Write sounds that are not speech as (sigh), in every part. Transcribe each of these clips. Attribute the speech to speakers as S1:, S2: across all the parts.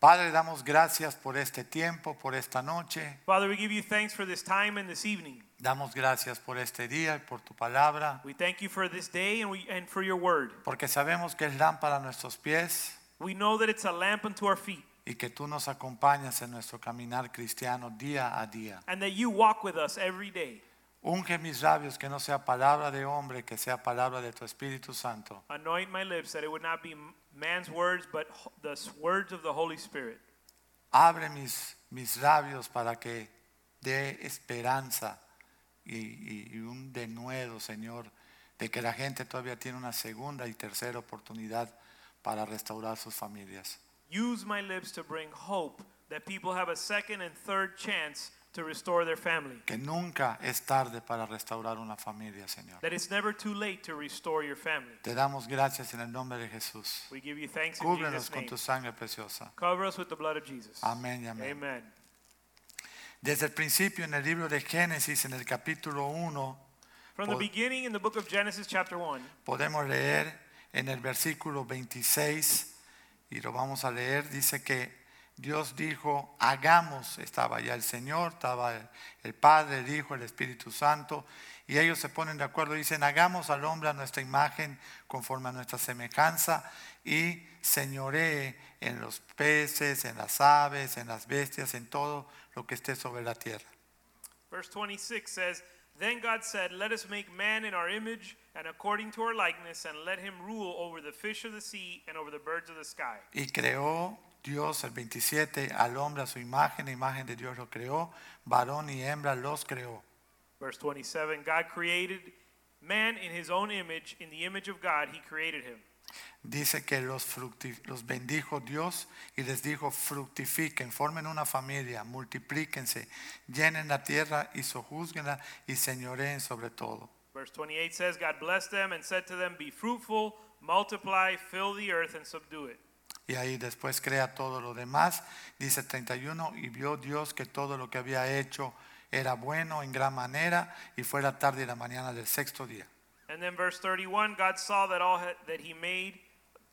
S1: Padre, damos gracias por este tiempo, por esta noche.
S2: Father, we give you thanks for this time and this evening.
S1: Damos gracias por este día y por tu palabra,
S2: We thank you for this day and, we, and for your word.
S1: porque sabemos que es lámpara a nuestros pies
S2: We know that it's a lamp unto our feet
S1: y que tú nos acompañas en nuestro caminar cristiano día a día.
S2: and that you walk with us every day.
S1: Unge mis labios que no sea palabra de hombre, que sea palabra de tu Espíritu Santo.
S2: Anoint my lips that it would not be man's words, but ho- the s- words of the Holy Spirit.
S1: Abre mis, mis labios para que dé esperanza y, y- y un denuedo, Señor, de que la gente todavía tiene una segunda y tercera oportunidad para restaurar sus familias.
S2: Use my lips to bring hope that people have a second and third chance to restore their family.
S1: que nunca es tarde para restaurar una familia, Señor.
S2: That it's never too late to restore your family.
S1: Te damos gracias en el nombre de Jesús.
S2: We give you thanks in
S1: Cúbrenos
S2: Jesus'
S1: con
S2: name.
S1: tu sangre preciosa.
S2: Cover us with the blood of Jesus.
S1: Amén y amén.
S2: Amen.
S1: Desde el principio en el libro de Génesis, en el capítulo 1,
S2: From the
S1: Pod-
S2: beginning in the book of Genesis, chapter 1.
S1: podemos leer en el versículo 26, y lo vamos a leer, dice que Dios dijo, hagamos, estaba ya el Señor, estaba el- el Padre, el Hijo, el Espíritu Santo, y ellos se ponen de acuerdo, dicen, hagamos al hombre a nuestra imagen, conforme a nuestra semejanza, y señoree en los peces, en las aves, en las bestias, en todo lo que esté sobre la tierra.
S2: Verse 26 says, Then God said, Let us make man in our image and according to our likeness, and let him rule over the fish of the sea and over the birds of the sky.
S1: Y creó Dios el 27 al hombre a su imagen, la imagen de Dios lo creó, varón y hembra los creó.
S2: Verse 27 God created man in his own image, in the image of God, he created him.
S1: Dice que los, fructi- los bendijo Dios y les dijo, fructifiquen, formen una familia, multiplíquense, llenen la tierra y sojuzguenla y señoreen sobre todo.
S2: Verse 28 says, God blessed them and said to them, Be fruitful, multiply, fill the earth, and subdue it.
S1: Y ahí después crea todo lo demás. Dice 31, y vio Dios que todo lo que había hecho era bueno en gran manera y fue la tarde y la mañana del sexto día.
S2: And then verse 31 God saw that all had, that he made,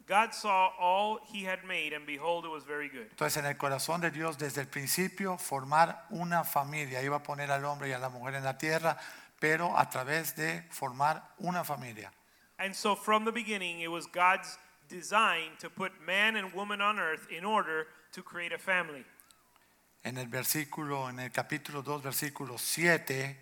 S2: God saw all he had made, and behold, it was very good.
S1: Entonces en el corazón de Dios desde el principio formar una familia. Iba a poner al hombre y a la mujer en la tierra, pero a través de formar una familia.
S2: And so from the beginning, it was God's design to put man and woman on earth in order to create a family.
S1: En el versículo, en el capítulo 2, versículo 7,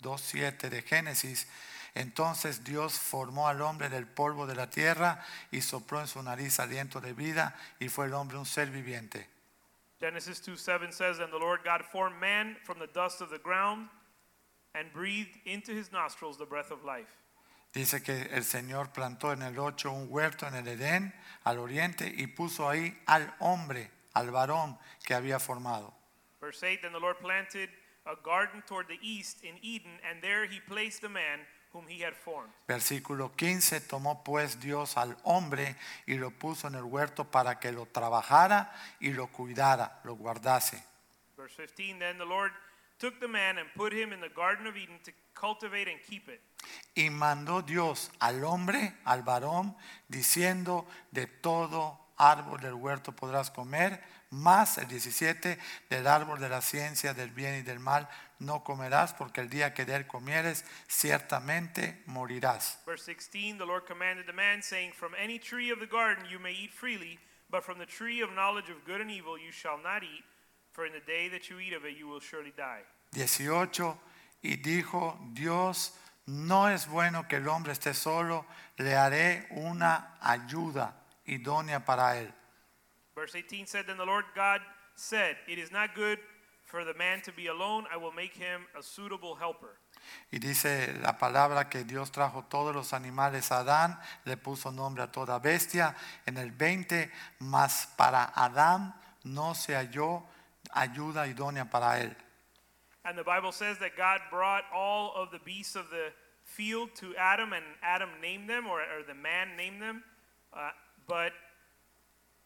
S1: 2, 7 de Génesis, entonces Dios formó al hombre del polvo de la tierra y sopló en su nariz aliento de vida y fue el hombre un ser viviente.
S2: Genesis 2 7 says, And the Lord God formed man from the dust of the ground and breathed into his nostrils the breath of life.
S1: Dice que el Señor plantó en el 8 un huerto en el Edén, al oriente, y puso ahí al hombre, al varón que había formado.
S2: Verse 8 Then the Lord planted a garden toward the east in Eden, and there he placed the man whom he had formed.
S1: Versículo 15, tomó pues Dios al hombre y lo puso en el huerto para que lo trabajara y lo cuidara, lo guardase.
S2: Verse 15 Then the Lord took the man and put him in the Garden of Eden to cultivate and keep it.
S1: Y mandó Dios al hombre, al varón, diciendo, de todo árbol del huerto podrás comer, más el 17, del árbol de la ciencia, del bien y del mal, no comerás, porque el día que de él comieres, ciertamente morirás.
S2: Verse 16 The Lord commanded the man, saying, From any tree of the garden you may eat freely, but from the tree of knowledge of good and evil you shall not eat, for in the day that you eat of it you will surely die.
S1: 18, y dijo, Dios, no es bueno que el hombre esté solo, le haré una ayuda idónea para él.
S2: Verse 18 said, Then the Lord God said, It is not good for the man to be alone, I will make him a suitable helper.
S1: Y dice la palabra que Dios trajo todos los animales a Adán, le puso nombre a toda bestia. En el 20, mas para Adán no se halló ayuda idónea para él.
S2: And the Bible says that God brought all of the beasts of the field to Adam, and Adam named them, or, or the man named them. Uh, but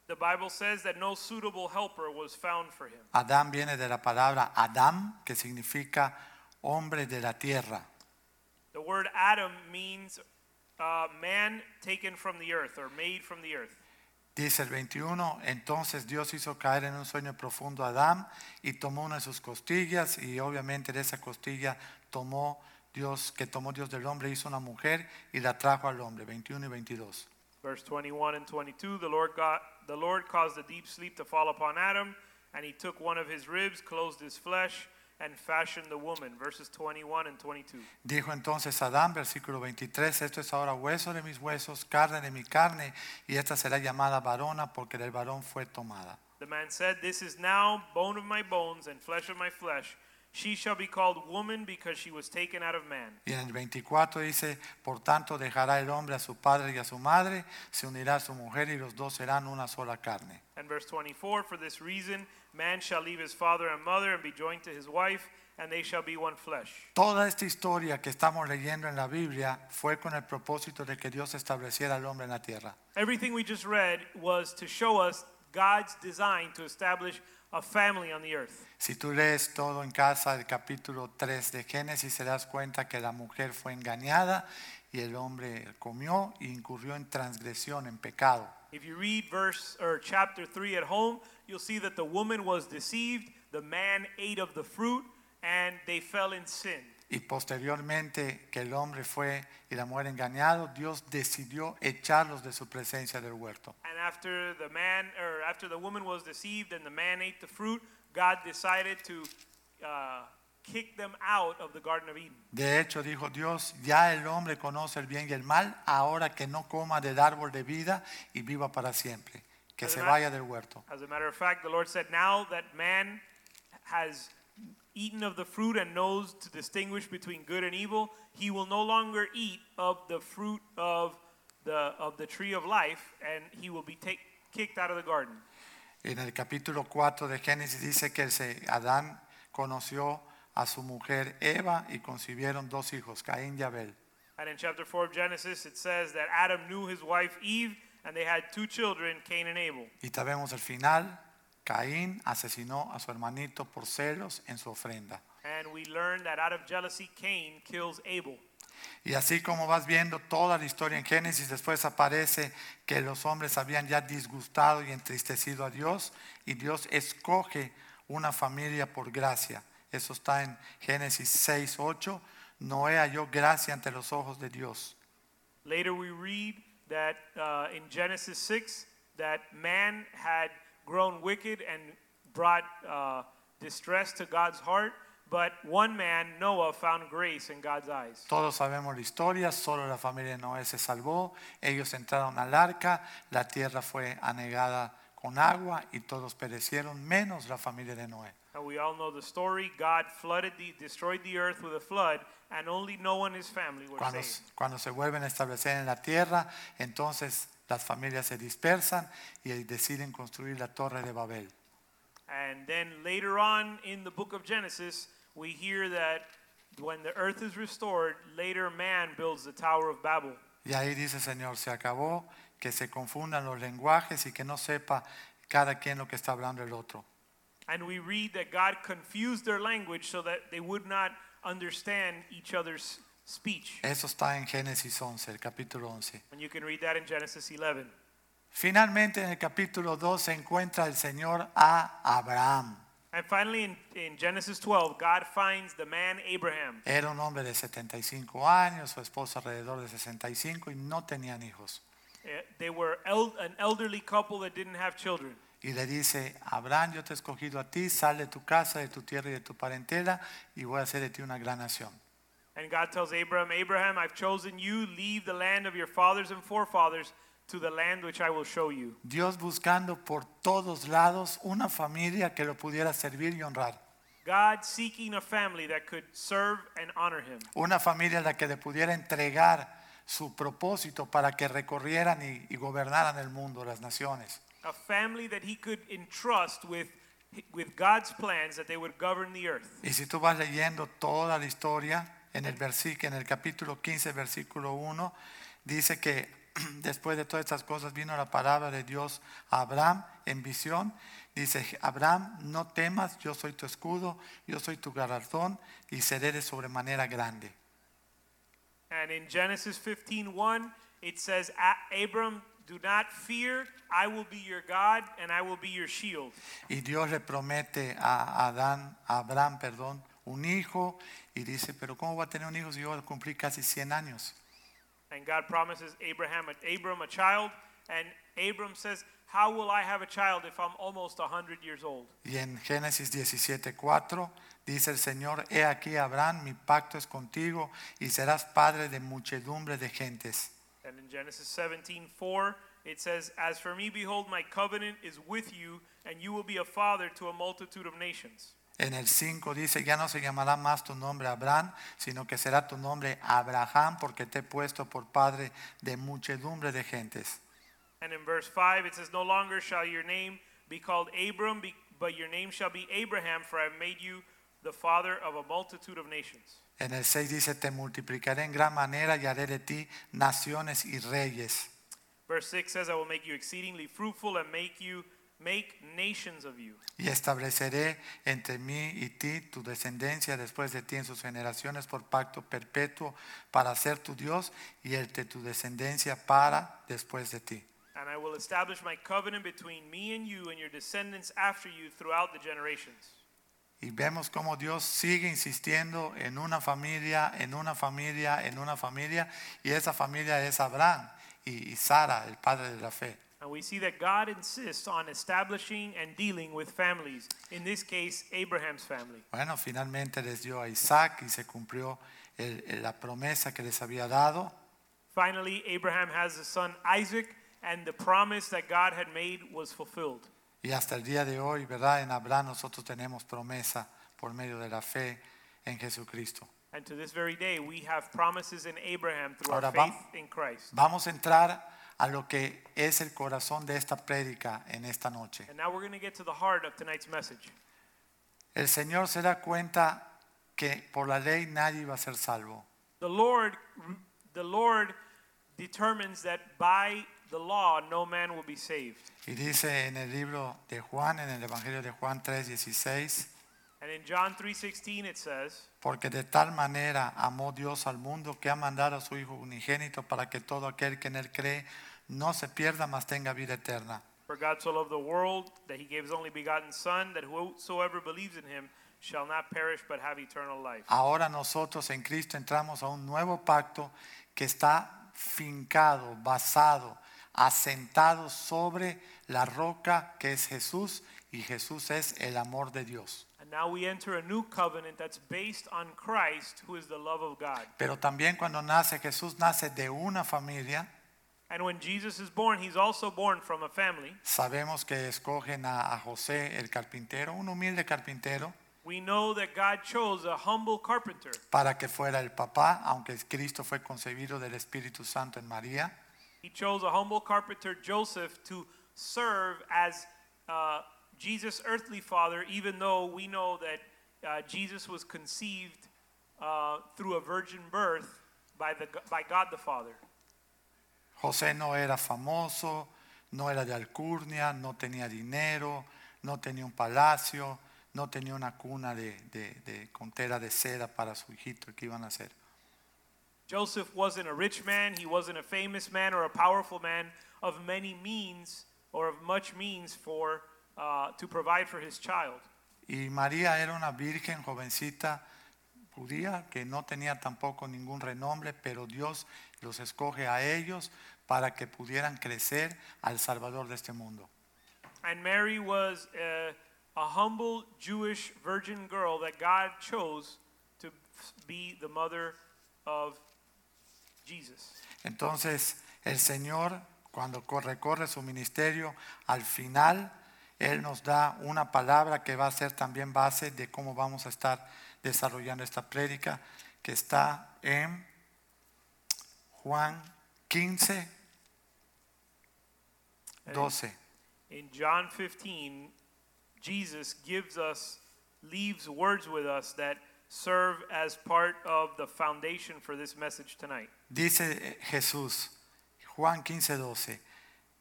S2: the Bible says that no suitable helper was found for him.
S1: Adán viene de la palabra Adam, que significa hombre de la tierra.
S2: The word Adam means uh, man taken from the earth or made from the earth.
S1: Dice el 21, entonces Dios hizo caer en un sueño profundo a Adán y tomó una de sus costillas y obviamente de esa costilla tomó Dios, que tomó Dios del hombre, hizo una mujer y la trajo al hombre. 21 y 22.
S2: Verse 21 and 22 The Lord, got, the Lord caused a deep sleep to fall upon Adam, and he took one of his ribs, closed his flesh, and fashioned the woman. Verses 21 and 22.
S1: Dijo entonces Adán, versículo 23, esto es ahora hueso de mis huesos, carne de mi carne, y esta será llamada varona porque del varón fue tomada.
S2: The man said, This is now bone of my bones and flesh of my flesh. She shall be called woman because she was taken out of man.
S1: Y en el 24 dice, por tanto dejará el hombre a su padre y a su madre, se unirá a su mujer y los dos serán una sola carne.
S2: And verse 24 For this reason, man shall leave his father and mother and be joined to his wife, and they shall be one flesh.
S1: Toda esta historia que estamos leyendo en la Biblia fue con el propósito de que Dios estableciera al hombre en la tierra.
S2: Everything we just read was to show us God's design to establish a family on the earth.
S1: Si tú lees todo en casa el capítulo 3 de Génesis, te das cuenta que la mujer fue engañada y el hombre comió e incurrió en transgresión, en pecado.
S2: If you read verse or chapter 3 at home, you'll see that the woman was deceived, the man ate of the fruit, and they fell in sin.
S1: Y posteriormente que el hombre fue y la mujer engañado, Dios decidió echarlos de su presencia del huerto.
S2: And after the man or after the woman was deceived and the man ate the fruit, God decided to uh, kick them out of the Garden of Eden.
S1: De hecho, dijo Dios, ya el hombre conoce el bien y el mal, ahora que no coma del árbol de vida y viva para siempre, que se vaya del huerto.
S2: As a matter of fact, the Lord said, Now that man has eaten of the fruit and knows to distinguish between good and evil, he will no longer eat of the fruit of the, of the tree of life, and he will be take, kicked out of the garden.
S1: En el capítulo 4 de Génesis dice que se- Adán conoció a su mujer Eva y concibieron dos hijos, Caín y Abel.
S2: And in chapter 4 of Genesis, it says that Adam knew his wife Eve, and they had two children, Cain and Abel.
S1: Y sabemos el final, Caín asesinó a su hermanito por celos en su ofrenda.
S2: And we learn that out of jealousy, Cain kills Abel.
S1: Y así como vas viendo toda la historia en Génesis, después aparece que los hombres habían ya disgustado y entristecido a Dios y Dios escoge una familia por gracia. Eso está en Génesis 6, 8. Noé halló gracia ante los ojos de Dios.
S2: Later, we read that uh, in Genesis 6 that man had grown wicked and brought uh, distress to God's heart, but one man, Noah, found grace in God's eyes.
S1: Todos sabemos la historia, solo la familia de Noé se salvó, ellos entraron al arca, la tierra fue anegada con agua y todos perecieron, menos la familia de Noé.
S2: And we all know the story. God flooded the, destroyed the earth with a flood, and only Noah and his family were
S1: Cuando,
S2: saved.
S1: cuando se vuelven a establecer en la tierra, entonces las familias se dispersan y deciden construir la torre de Babel.
S2: And then later on in the book of Genesis, we hear that when the earth is restored, later man builds the Tower of Babel.
S1: Y ahí dice, Señor, se acabó, que se confundan los lenguajes y que no sepa cada quien lo que está hablando el otro.
S2: And we read that God confused their language so that they would not understand each other's speech.
S1: Eso está en Génesis 11, el capítulo 11.
S2: And you can read that in Genesis 11.
S1: Finalmente en el capítulo 2 se encuentra el Señor a Abraham.
S2: And finally, in, in Genesis 12, God finds the man Abraham.
S1: Era un hombre de 75 años, su esposa alrededor de 65 y no tenían hijos.
S2: Eh, They were el- an elderly couple that didn't have children.
S1: Y le dice, Abraham, yo te he escogido a ti, sal de tu casa, de tu tierra y de tu parentela, y voy a hacer de ti una gran nación.
S2: And God tells Abraham, Abraham, I've chosen you, leave the land of your fathers and forefathers to the land which I will show you.
S1: Dios buscando por todos lados una familia que lo pudiera servir y honrar.
S2: God seeking a family that could serve and honor him.
S1: Una familia a la que le pudiera entregar su propósito para que recorrieran y, y gobernaran el mundo, las naciones.
S2: a family that he could entrust with with God's plans that they would govern the earth.
S1: Y si tú vas leyendo toda la historia, en el, versi- en el capítulo 15, versículo 1, dice que (clears throat) después de todas estas cosas vino la palabra de Dios a Abraham en visión. Dice, Abraham, no temas, yo soy tu escudo, yo soy tu galardón y seré de sobremanera grande.
S2: And in Genesis 15:1, it says, "A- "Abram, do not fear. I will be your God, and I will be your shield."
S1: Y Dios le promete a Adán, a Abraham, perdón, un hijo y dice, pero ¿cómo voy a tener un hijo si yo voy a cumplir casi 100 años?
S2: And God promises Abraham, Abram a child, and Abram says, "How will I have a child if I'm almost 100 years old?"
S1: Y en Génesis 17:4 dice el Señor, he aquí Abraham, mi pacto es contigo y serás padre de muchedumbre de gentes.
S2: And in Genesis 17:4, it says, "As for me, behold, my covenant is with you, and you will be a father to a multitude of nations."
S1: En el 5 dice, ya no se llamará más tu nombre Abraham, sino que será tu nombre Abraham, porque te he puesto por padre de muchedumbre de gentes.
S2: And in verse 5, it says, No longer shall your name be called Abram, be- but your name shall be Abraham, for I have made you the father of a multitude of nations.
S1: En el 6 dice, te multiplicaré en gran manera y haré de ti naciones y reyes.
S2: Verse 6 says, I will make you exceedingly fruitful and make you make nations of you.
S1: Y estableceré entre mí y ti tu descendencia después de ti en sus generaciones por pacto perpetuo para ser tu Dios y el de tu descendencia para después de ti.
S2: And I will establish my covenant between me and you and your descendants after you throughout the generations.
S1: Y vemos cómo Dios sigue insistiendo en una familia, en una familia, en una familia. Y esa familia es Abraham y, y Sara, el padre de la fe.
S2: And we see that God insists on establishing and dealing with families. In this case, Abraham's family.
S1: Bueno, finalmente les dio a Isaac y se cumplió el- el- la promesa que les había dado.
S2: Finally, Abraham has a son Isaac, and the promise that God had made was fulfilled.
S1: Y hasta el día de hoy, ¿verdad? En Abraham nosotros tenemos promesa por medio de la fe en Jesucristo.
S2: And to this very day, we have promises in Abraham through
S1: Ahora
S2: our
S1: vam-
S2: faith in Christ.
S1: Vamos a entrar a lo que es el corazón de esta prédica en esta noche.
S2: And now we're going to get to the heart of tonight's message.
S1: El Señor se da cuenta que por la ley nadie iba a ser salvo.
S2: The Lord, the Lord determines that by the law, no man will be saved.
S1: Y dice en el libro de Juan, en el Evangelio de Juan 3:16,
S2: And in John 3:16, it says,
S1: porque de tal manera amó Dios al mundo que ha mandado a su Hijo unigénito para que todo aquel que en él cree no se pierda, mas tenga vida eterna.
S2: "For God so loved the world that He gave His only begotten Son, that whosoever believes in Him shall not perish but have eternal life."
S1: Ahora nosotros en Cristo entramos a un nuevo pacto que está fincado, basado, asentado sobre la roca que es Jesús y Jesús es el amor de Dios.
S2: And now we enter a new covenant that's based on Christ, who is the love of God.
S1: Pero también cuando nace Jesús nace de una familia.
S2: And when Jesus is born, he's also born from a family.
S1: Sabemos que escogen a, a José el carpintero, un humilde carpintero,
S2: We know that God chose a humble carpenter,
S1: para que fuera el papá, aunque Cristo fue concebido del Espíritu Santo en María.
S2: he chose a humble carpenter, Joseph, to serve as uh, Jesus' earthly father, even though we know that uh, Jesus was conceived uh, through a virgin birth by, the, by God the Father.
S1: José no era famoso, no era de alcurnia, no tenía dinero, no tenía un palacio, no tenía una cuna de, de, de- con tela de seda para su hijito que iban a hacer.
S2: Joseph wasn't a rich man, he wasn't a famous man or a powerful man of many means or of much means for uh, to provide for his child.
S1: Y María era una virgen jovencita judía que no tenía tampoco ningún renombre, pero Dios los escoge a ellos para que pudieran crecer al Salvador de este mundo.
S2: And Mary was a, a humble Jewish virgin girl that God chose to be the mother of Jesus.
S1: Entonces el Señor, cuando co- recorre su ministerio, al final Él nos da una palabra que va a ser también base de cómo vamos a estar desarrollando esta prédica, que está en Juan 15, 12.
S2: In John 15, Jesus gives us, leaves words with us that serve as part of the foundation for this message tonight.
S1: Dice eh, Jesús, Juan 15, 12,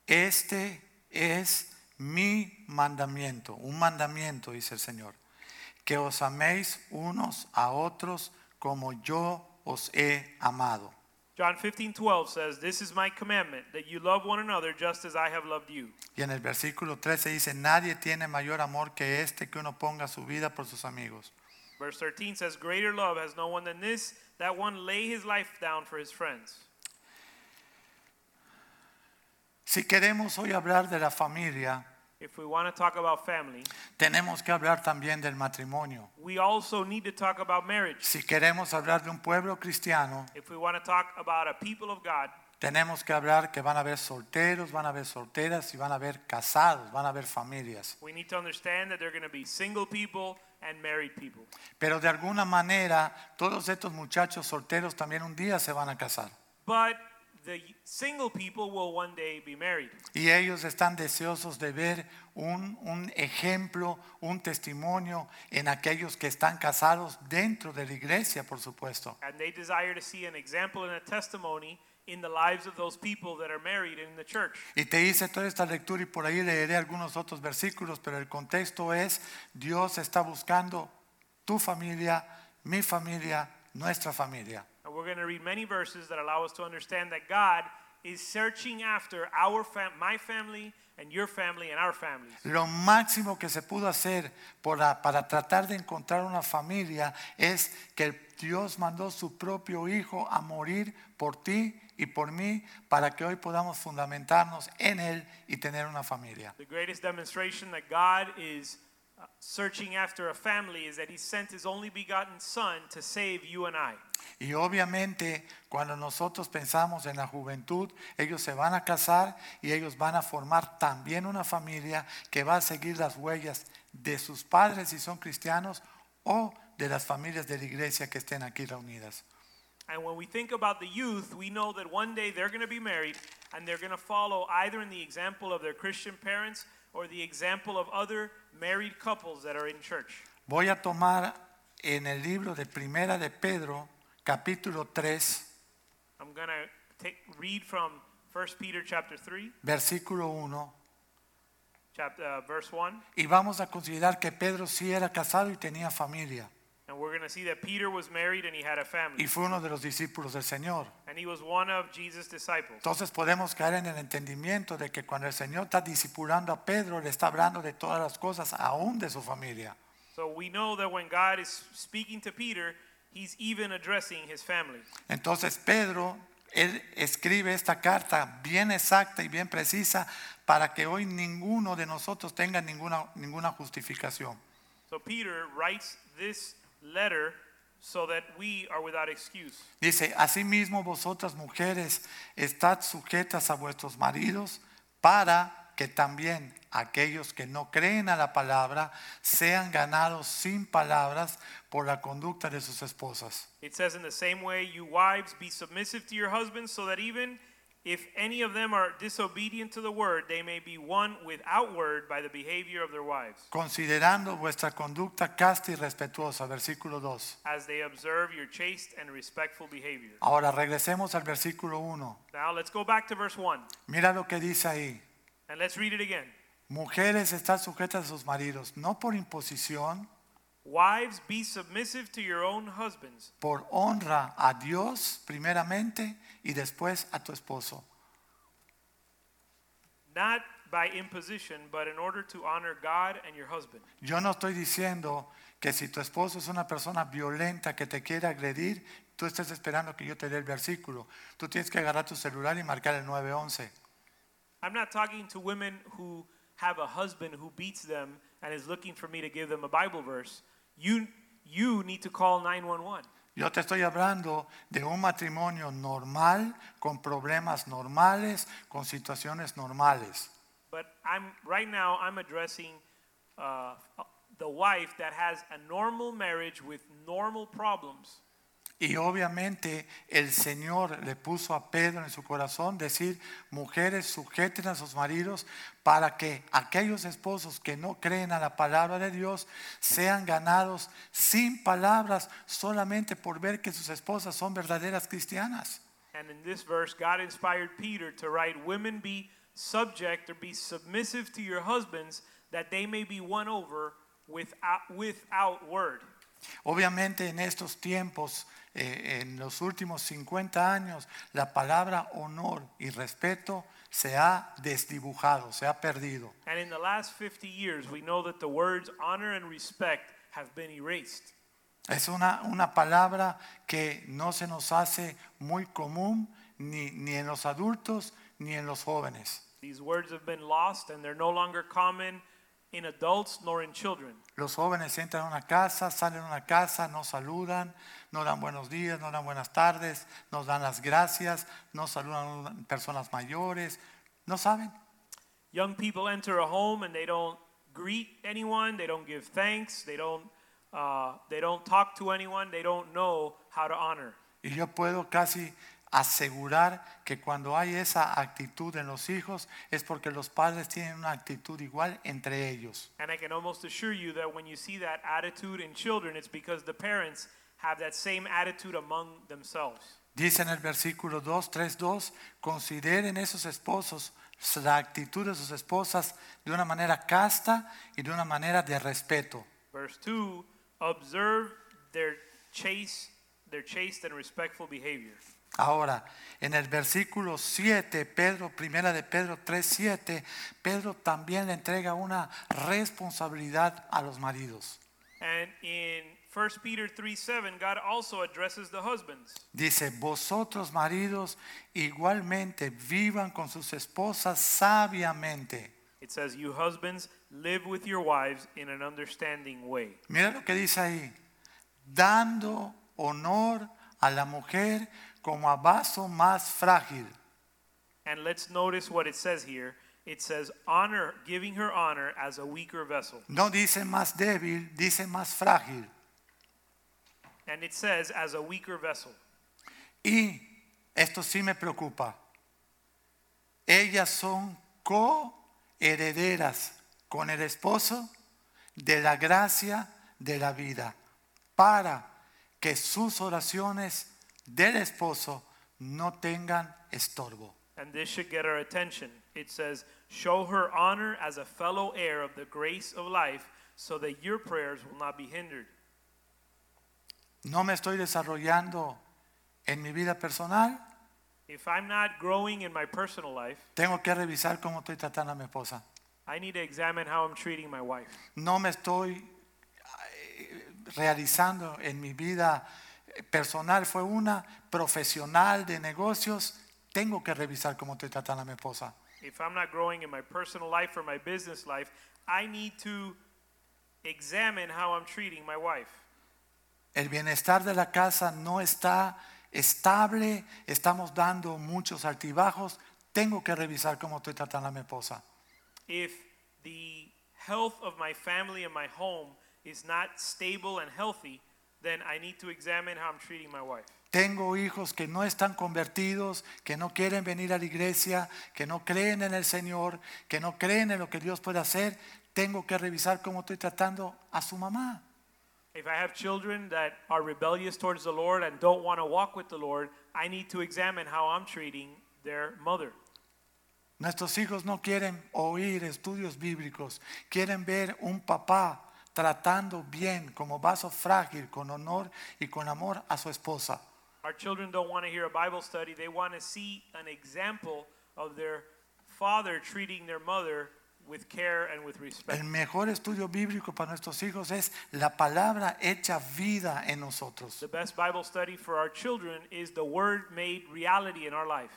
S1: este es mi mandamiento, un mandamiento, dice el Señor, que os améis unos a otros como yo os he amado.
S2: John 15, 12 says, This is my commandment, that you love one another just as I have loved you.
S1: Y en el versículo 13 dice, nadie tiene mayor amor que este que uno ponga su vida por sus amigos.
S2: Verse 13 says, Greater love has no one than this, that one lay his life down for his friends.
S1: Si queremos hoy hablar de la familia,
S2: If we want to talk about family,
S1: tenemos que hablar también del matrimonio.
S2: we also need to talk about marriage.
S1: Si queremos hablar de un pueblo cristiano,
S2: If we want to talk about a people of God,
S1: tenemos que hablar que van a haber solteros, van a haber solteras y van a haber casados, van a haber familias.
S2: we need to understand that there are going to be single people and married people.
S1: Pero de alguna manera, todos estos muchachos solteros también un día se van a casar.
S2: But the single people will one day be married.
S1: Y ellos están deseosos de ver un, un ejemplo, un testimonio en aquellos que están casados dentro de la iglesia, por supuesto.
S2: And they desire to see an example and a testimony in the lives of those people that are married in the church.
S1: Y te hice toda esta lectura y por ahí leeré algunos otros versículos, pero el contexto es, Dios está buscando tu familia, mi familia, nuestra familia.
S2: And we're going to read many verses that allow us to understand that God is searching after our fam- my family and your family and our families.
S1: Lo máximo que se pudo hacer por la- para tratar de encontrar una familia es que Dios mandó su propio Hijo a morir por ti y por mí para que hoy podamos fundamentarnos en Él y tener una familia.
S2: The greatest demonstration that God is uh, searching after a family is that he sent his only begotten son to save you and I.
S1: Y obviamente cuando nosotros pensamos en la juventud, ellos se van a casar y ellos van a formar también una familia que va a seguir las huellas de sus padres si son cristianos o de las familias de la iglesia que estén aquí reunidas.
S2: And when we think about the youth, we know that one day they're going to be married and they're going to follow either in the example of their Christian parents or the example of other married couples that are in church.
S1: Voy a tomar en el libro de Primera de Pedro, capítulo 3,
S2: I'm going to take, read from 1 Peter chapter 3,
S1: versículo 1,
S2: chapter, uh, verse 1,
S1: y vamos a considerar que Pedro sí era casado y tenía familia,
S2: and we're going to see that Peter was married and he had a
S1: y
S2: family,
S1: fue uno de los discípulos del Señor.
S2: and he was one of Jesus' disciples.
S1: Entonces podemos caer en el entendimiento de que cuando el Señor está discipulando a Pedro, le está hablando de todas las cosas, aún de su familia.
S2: So we know that when God is speaking to Peter, he's even addressing his family.
S1: Entonces Pedro, él escribe esta carta bien exacta y bien precisa para que hoy ninguno de nosotros tenga ninguna, ninguna justificación.
S2: So Peter writes this letter so that we are without excuse.
S1: Dice, asimismo vosotras mujeres, estad sujetas a vuestros maridos para que también aquellos que no creen a la palabra sean ganados sin palabras por la conducta de sus esposas.
S2: It says, In the same way, you wives, be submissive to your husbands, so that even if any of them are disobedient to the word, they may be won without word by the behavior of their wives,
S1: Considerando vuestra conducta casta y respetuosa, versículo 2.
S2: as they observe your chaste and respectful behavior.
S1: Ahora regresemos al versículo 1.
S2: Now let's go back to verse 1
S1: Mira lo que dice ahí.
S2: and let's read it again.
S1: Mujeres, estad sujetas a sus maridos, no por imposición,
S2: Wives, be submissive to your own husbands.
S1: por honra a Dios primeramente y después a tu esposo.
S2: not by imposition, but in order to honor God and your husband.
S1: Yo no estoy diciendo que si tu esposo es una persona violenta que te quiere agredir, tú estés esperando que yo te dé el versículo. Tú tienes que agarrar tu celular y marcar el 911.
S2: I'm not talking to women who have a husband who beats them and is looking for me to give them a Bible verse. You you need to call 911.
S1: Yo te estoy hablando de un matrimonio normal, con problemas normales, con situaciones normales.
S2: But I'm right now I'm addressing uh, the wife that has a normal marriage with normal problems.
S1: Y obviamente el Señor le puso a Pedro en su corazón decir, mujeres, sujeten a sus maridos para que aquellos esposos que no creen a la palabra de Dios sean ganados sin palabras solamente por ver que sus esposas son verdaderas cristianas.
S2: And in this verse, God inspired Peter to write, Women be subject or be submissive to your husbands, that they may be won over without, without word.
S1: Obviamente en estos tiempos, eh, en los últimos 50 años, la palabra honor y respeto se ha desdibujado, se ha perdido.
S2: And in the last 50 years, we know that the words honor and respect have been erased.
S1: Es una, una palabra que no se nos hace muy común ni, ni en los adultos ni en los jóvenes.
S2: These words have been lost and they're no longer common in adults nor in children.
S1: Los jóvenes entran a una casa, salen a una casa, no saludan, no dan buenos días, no dan buenas tardes, no dan las gracias, no saludan a personas mayores, no saben.
S2: Young people enter a home and they don't greet anyone, they don't give thanks, they don't, uh, they don't talk to anyone, they don't know how to honor.
S1: Y yo puedo casi asegurar que cuando hay esa actitud en los hijos es porque los padres tienen una actitud igual entre ellos.
S2: And I can almost assure you that when you see that attitude in children, it's because the parents have that same attitude among themselves.
S1: Dice en el versículo 2, 3, 2, consideren esos esposos la actitud de sus esposas de una manera casta y de una manera de respeto.
S2: Verse 2 observe their chaste, their chaste and respectful behavior.
S1: Ahora, en el versículo 7, Pedro, primera de Pedro 3:7, Pedro también le entrega una responsabilidad a los maridos.
S2: And in 1 Peter 3 7, God also addresses the husbands.
S1: Dice, "Vosotros maridos igualmente vivan con sus esposas sabiamente."
S2: It says, You husbands, live with your wives in an understanding way.
S1: Mira lo que dice ahí, dando honor a la mujer como a vaso más frágil.
S2: And let's notice what it says here. It says, Honor, giving her honor as a weaker vessel.
S1: No dice más débil, dice más frágil.
S2: And it says, As a weaker vessel.
S1: Y esto sí me preocupa. Ellas son coherederas con el esposo de la gracia de la vida para que sus oraciones del esposo no tengan estorbo.
S2: And this should get our attention. It says, Show her honor as a fellow heir of the grace of life, so that your prayers will not be hindered.
S1: No me estoy desarrollando en mi vida personal.
S2: If I'm not growing in my personal life,
S1: Tengo que revisar cómo estoy tratando a mi esposa.
S2: I need to examine how I'm treating my wife.
S1: No me estoy eh, realizando en mi vida eh, personal. Fue una profesional de negocios. Tengo que revisar cómo estoy tratando a mi esposa.
S2: If I'm not growing in my personal life or my business life, I need to examine how I'm treating my wife.
S1: El bienestar de la casa no está estable, estamos dando muchos altibajos, tengo que revisar cómo estoy tratando a mi esposa.
S2: If the health of my family and my home is not stable and healthy, then I need to examine how I'm treating my wife.
S1: Tengo hijos que no están convertidos, que no quieren venir a la iglesia, que no creen en el Señor, que no creen en lo que Dios puede hacer, tengo que revisar cómo estoy tratando a su mamá.
S2: If I have children that are rebellious towards the Lord and don't want to walk with the Lord, I need to examine how I'm treating their mother.
S1: Nuestros hijos no quieren oír estudios bíblicos, quieren ver un papá tratando bien como vaso frágil, con honor y con amor a su esposa.
S2: Our children don't want to hear a Bible study. They want to see an example of their father treating their mother with care and with respect.
S1: El mejor estudio bíblico para nuestros hijos es la palabra hecha vida en nosotros.
S2: The best Bible study for our children is the Word made reality in our life.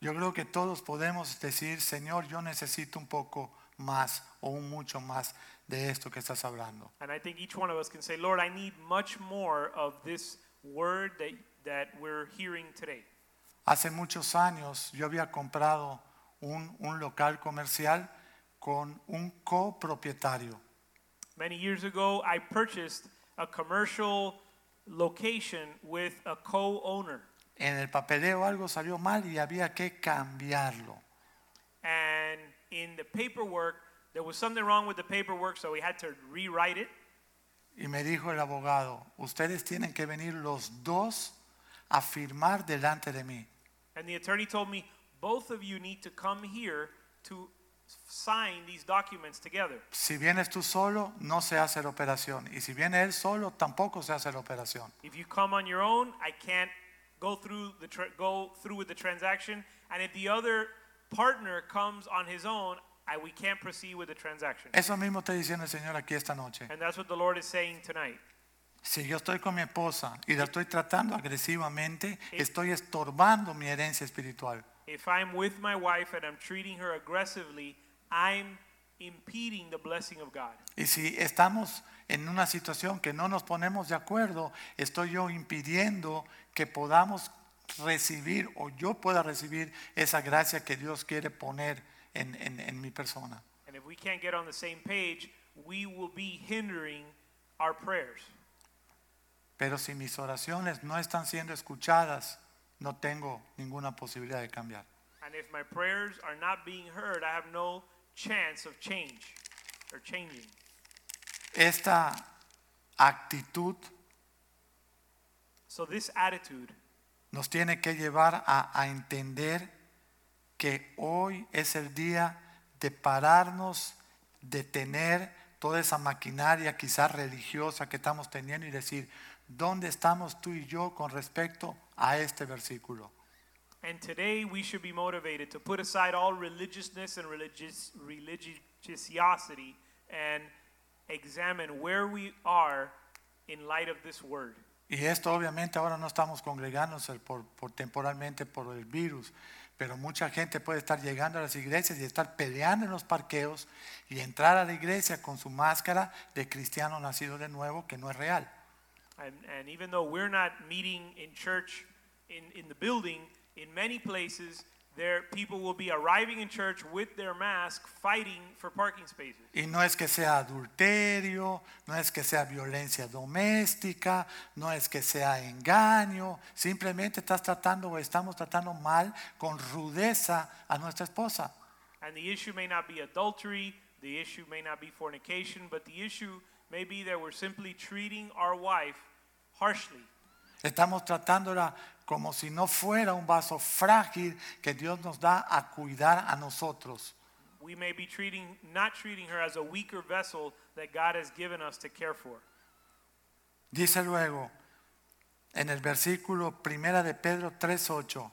S1: Yo creo que todos podemos decir, Señor, yo necesito un poco más o un mucho más de esto que estás hablando.
S2: And I think each one of us can say, Lord, I need much more of this Word that, that we're hearing today.
S1: Hace muchos años yo había comprado un, un local comercial con un copropietario.
S2: Many years ago, I purchased a commercial location with a co-owner.
S1: En el papeleo algo salió mal y había que cambiarlo.
S2: And in the paperwork, there was something wrong with the paperwork, so we had to rewrite it.
S1: Y me dijo el abogado, ustedes tienen que venir los dos a firmar delante de mí.
S2: And the attorney told me, both of you need to come here to sign these documents together.
S1: Si vienes tú solo, no se hace la operación. Y si viene él solo, tampoco se hace la operación.
S2: If you come on your own, I can't go through the tra- go through with the transaction. And if the other partner comes on his own, I, we can't proceed with the transaction.
S1: Eso mismo está diciendo el Señor aquí esta noche.
S2: And that's what the Lord is saying tonight.
S1: Si yo estoy con mi esposa y la estoy tratando agresivamente, estoy estorbando mi herencia espiritual.
S2: If I'm with my wife and I'm treating her aggressively, I'm impeding the blessing of God.
S1: Y si estamos en una situación que no nos ponemos de acuerdo, estoy yo impidiendo que podamos recibir o yo pueda recibir esa gracia que Dios quiere poner en, en- en mi persona.
S2: And if we can't get on the same page, we will be hindering our prayers.
S1: Pero si mis oraciones no están siendo escuchadas, no tengo ninguna posibilidad de cambiar.
S2: And if my prayers are not being heard, I have no chance of change or changing.
S1: Esta actitud
S2: So this attitude
S1: nos tiene que llevar a, a entender que hoy es el día de pararnos, detener toda esa maquinaria quizás religiosa que estamos teniendo y decir, ¿dónde estamos tú y yo con respecto a este versículo?
S2: And today we should be motivated to put aside all religiousness and religious religiosity and examine where we are in light of this word.
S1: Y esto obviamente ahora no estamos congregándonos el por, por temporalmente por el virus, pero mucha gente puede estar llegando a las iglesias y estar peleando en los parqueos y entrar a la iglesia con su máscara de cristiano nacido de nuevo que no es real.
S2: And, and even though we're not meeting in church in, in the building, in many places there people will be arriving in church with their mask fighting for parking spaces.
S1: Y no es que sea adulterio, no es que sea violencia doméstica, no es que sea engaño, simplemente estás tratando o estamos tratando mal con rudeza a nuestra esposa.
S2: And the issue may not be adultery, the issue may not be fornication, but the issue may be that we're simply treating our wife harshly.
S1: Estamos tratándola como si no fuera un vaso frágil que Dios nos da a cuidar a nosotros.
S2: We may be treating not treating her as a weaker vessel that God has given us to care for.
S1: Dice luego en el versículo primera de Pedro 3:8.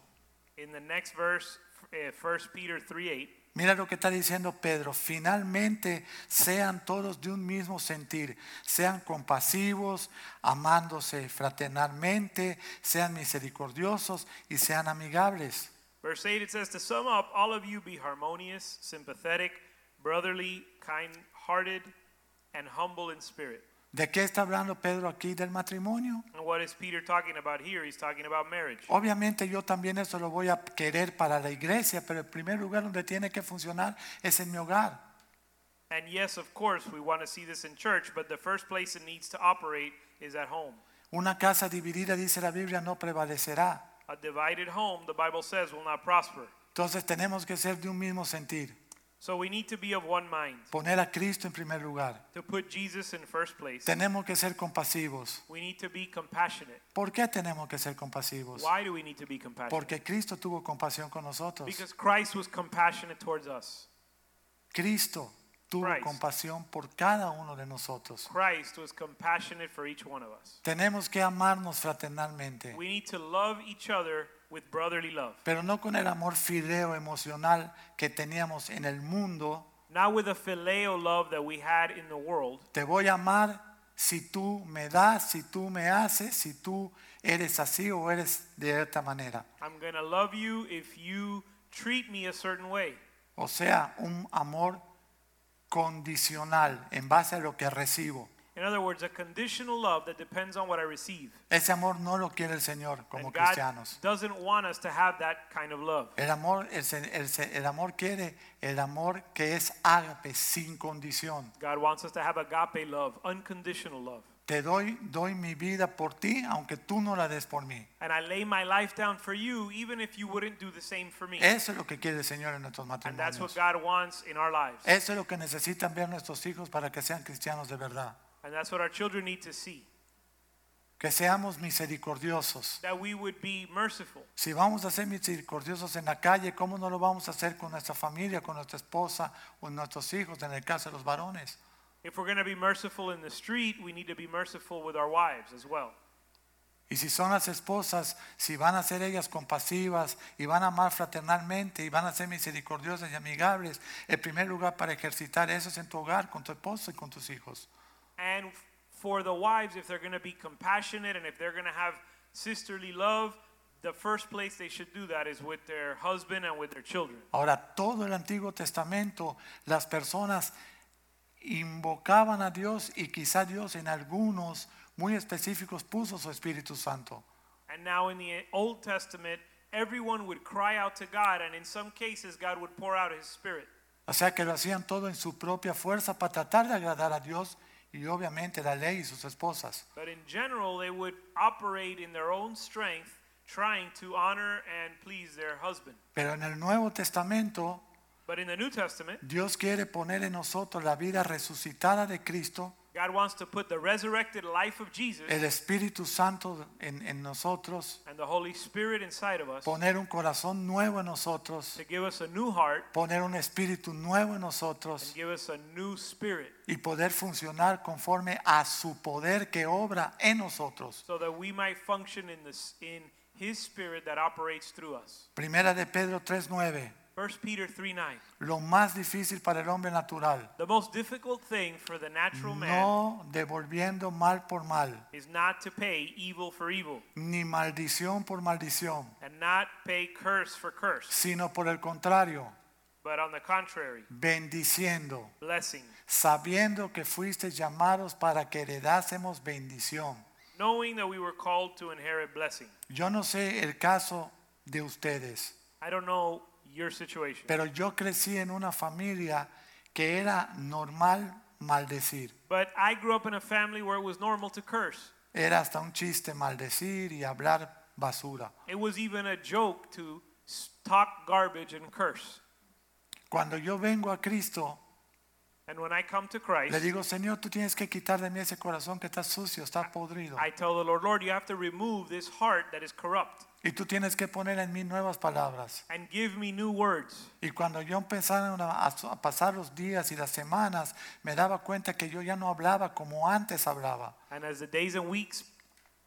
S2: In the next verse, eh, 1 Peter 3 8,
S1: Mira lo que está diciendo Pedro. Finalmente sean todos de un mismo sentir. Sean compasivos, amándose fraternalmente, sean misericordiosos y sean amigables.
S2: verse 8, it says, To sum up, all of you be harmonious, sympathetic, brotherly, kind hearted, and humble in spirit.
S1: ¿De qué está hablando Pedro aquí? Del matrimonio.
S2: And what is Peter talking about here? He's talking about marriage.
S1: Obviamente yo también eso lo voy a querer para la iglesia, pero el primer lugar donde tiene que funcionar es en mi hogar.
S2: And yes, of course, we want to see this in church, but the first place it needs to operate is at home.
S1: Una casa dividida, dice la Biblia, no prevalecerá.
S2: A divided home, the Bible says, will not prosper.
S1: Entonces tenemos que ser de un mismo sentir,
S2: So we need to be of one mind,
S1: poner a Cristo en primer lugar.
S2: to put Jesus in first place.
S1: Tenemos que ser compasivos.
S2: We need to be compassionate.
S1: ¿Por qué tenemos que ser compasivos?
S2: Why do we need to be compassionate?
S1: Porque Cristo tuvo compasión con nosotros.
S2: Because Christ was compassionate towards us.
S1: Cristo tuvo
S2: Christ.
S1: compasión por cada uno de nosotros.
S2: Christ was compassionate for each one of us.
S1: Tenemos que amarnos fraternalmente.
S2: We need to love each other with brotherly love,
S1: pero no con el amor fideo emocional que teníamos en el mundo.
S2: not with a phileo love that we had in the world.
S1: Te voy a amar si tú me das, si tú me haces, si tú eres así o eres de esta manera.
S2: I'm going to love you if you treat me a certain way.
S1: O sea, un amor condicional en base a lo que recibo.
S2: In other words, a conditional love that depends on what I receive.
S1: Ese amor no lo quiere el Señor como
S2: and God
S1: cristianos.
S2: doesn't want us to have that kind of love.
S1: El amor, el, se- el se- el amor quiere el amor que es ágape sin condición.
S2: God wants us to have agape love, unconditional love.
S1: Te- te doy, doy mi vida por ti, aunque tú no la des por mí.
S2: And I lay my life down for you, even if you wouldn't do the same for me.
S1: Eso es lo que quiere el Señor en nuestros
S2: and that's what
S1: matrimonios.
S2: God wants in our lives.
S1: Eso es lo que necesitan ver nuestros hijos para que sean cristianos de verdad.
S2: and that's what our children need to see.
S1: Que seamos misericordiosos.
S2: That we would be merciful.
S1: Si vamos a ser misericordiosos en la calle, ¿cómo no lo vamos a hacer con nuestra familia, con nuestra esposa o nuestros hijos, en el caso de los varones?
S2: If we're going to be merciful in the street, we need to be merciful with our wives as well.
S1: Y si son las esposas, si van a ser ellas compasivas y van a amar fraternalmente y van a ser misericordiosas y amigables, el primer lugar para ejercitar eso es en tu hogar, con tu esposo y con tus hijos.
S2: And for the wives, if they're going to be compassionate and if they're going to have sisterly love, the first place they should do that is with their husband and with their children.
S1: Ahora, todo el Antiguo Testamento, las personas invocaban a Dios y quizá Dios en algunos muy específicos puso su Espíritu Santo.
S2: And now in the Old Testament, everyone would cry out to God, and in some cases, God would pour out His Spirit.
S1: O sea que lo hacían todo en su propia fuerza para tratar de agradar a Dios y obviamente la ley y sus esposas.
S2: But in general, they would operate in their own strength, trying to honor and please their husband.
S1: Pero en el Nuevo Testamento
S2: But in the New Testament,
S1: Dios quiere poner en nosotros la vida resucitada de Cristo,
S2: God wants to put the resurrected life of Jesus
S1: el Espíritu Santo en, en nosotros,
S2: and the Holy Spirit inside of us
S1: poner un corazón nuevo en nosotros,
S2: to give us a new heart
S1: poner un espíritu nuevo en
S2: and
S1: nosotros
S2: give us a new spirit
S1: y poder funcionar conforme a su poder que obra en nosotros.
S2: so that we might function in this in his spirit that operates through us.
S1: Primera de Pedro 3:9,
S2: 1 Peter 3 9.
S1: lo más difícil para el hombre natural,
S2: The most difficult thing for the natural man
S1: no devolviendo mal por mal,
S2: is not to pay evil for evil
S1: ni maldición por maldición,
S2: and not pay curse for curse,
S1: sino por el contrario,
S2: but on the contrary,
S1: bendiciendo.
S2: blessing,
S1: sabiendo que fuiste llamados para que heredásemos bendición.
S2: knowing that we were called to inherit blessing.
S1: Yo no sé el caso de ustedes,
S2: I don't know your situation,
S1: pero yo crecí en una familia que era normal maldecir.
S2: but I grew up in a family where it was normal to curse.
S1: Era hasta un chiste maldecir y hablar basura.
S2: It was even a joke to s- talk garbage and curse.
S1: Cuando yo vengo a Cristo,
S2: And when I come to
S1: le
S2: Christ,
S1: digo, Señor, tú tienes que quitar de mí ese corazón que está sucio, está podrido.
S2: I tell the Lord, Lord, you have to remove this heart that is corrupt
S1: Y tú tienes que poner en mí nuevas palabras.
S2: and give me new words.
S1: Y cuando yo empezaba a a pasar los días y las semanas, me daba cuenta que yo ya no hablaba como antes hablaba.
S2: And as the days and weeks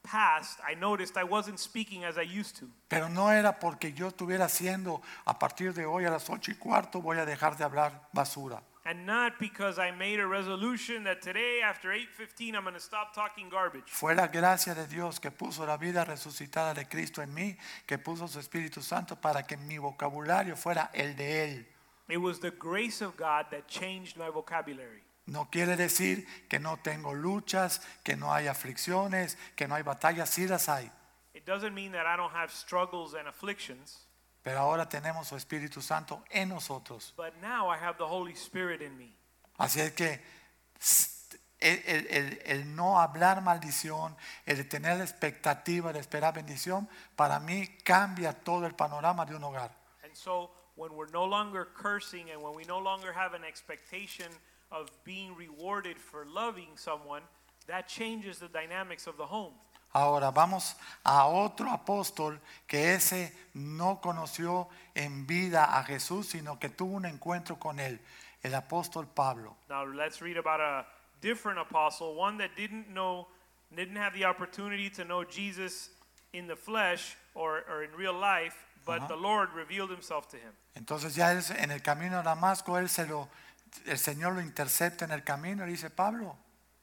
S2: passed, I noticed I wasn't speaking as I used to.
S1: Pero no era porque yo estuviera haciendo a partir de hoy a las ocho y cuarto voy a dejar de hablar basura.
S2: And not because I made a resolution that today after 8:15 I'm going to stop talking garbage.
S1: Fue la gracia de Dios que puso la vida resucitada de Cristo en mí, que puso su Espíritu Santo para que mi vocabulario fuera el de Él.
S2: It was the grace of God that changed my vocabulary.
S1: No quiere decir que no tengo luchas, que no hay aflicciones, que no hay batallas, sí las hay.
S2: It doesn't mean that I don't have struggles and afflictions,
S1: Pero ahora tenemos su Espíritu Santo en nosotros.
S2: but now I have the Holy Spirit in me.
S1: Así es que s- el, el- el- el no hablar maldición, el tener la expectativa de esperar bendición, para mí cambia todo el panorama de un hogar.
S2: And so when we're no longer cursing and when we no longer have an expectation of being rewarded for loving someone, that changes the dynamics of the home.
S1: Ahora vamos a otro apóstol que ese no conoció en vida a Jesús, sino que tuvo un encuentro con él, el apóstol Pablo.
S2: Now let's read about a different apostle, one that didn't know didn't have the opportunity to know Jesus in the flesh or, or in real life, but the Lord revealed himself to him.
S1: Entonces ya él, en el camino a Damasco, él se lo, el Señor lo intercepta en el camino y le dice, Pablo,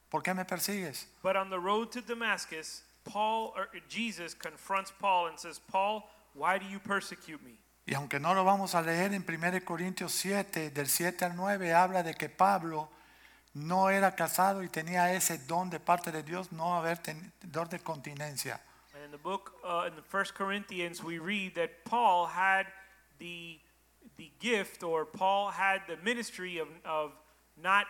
S1: ¿por qué me persigues?
S2: But on the road to Damascus, Paul or Jesus confronts Paul and says, "Paul, why do you persecute me?"
S1: Y aunque no lo vamos a leer en 1 Corintios 7, del 7 al 9, habla de que Pablo no era casado y tenía ese don de parte de Dios, no haber ten- don de continencia.
S2: And in the book, uh, in the First Corinthians, we read that Paul had the the gift, or Paul had the ministry of of not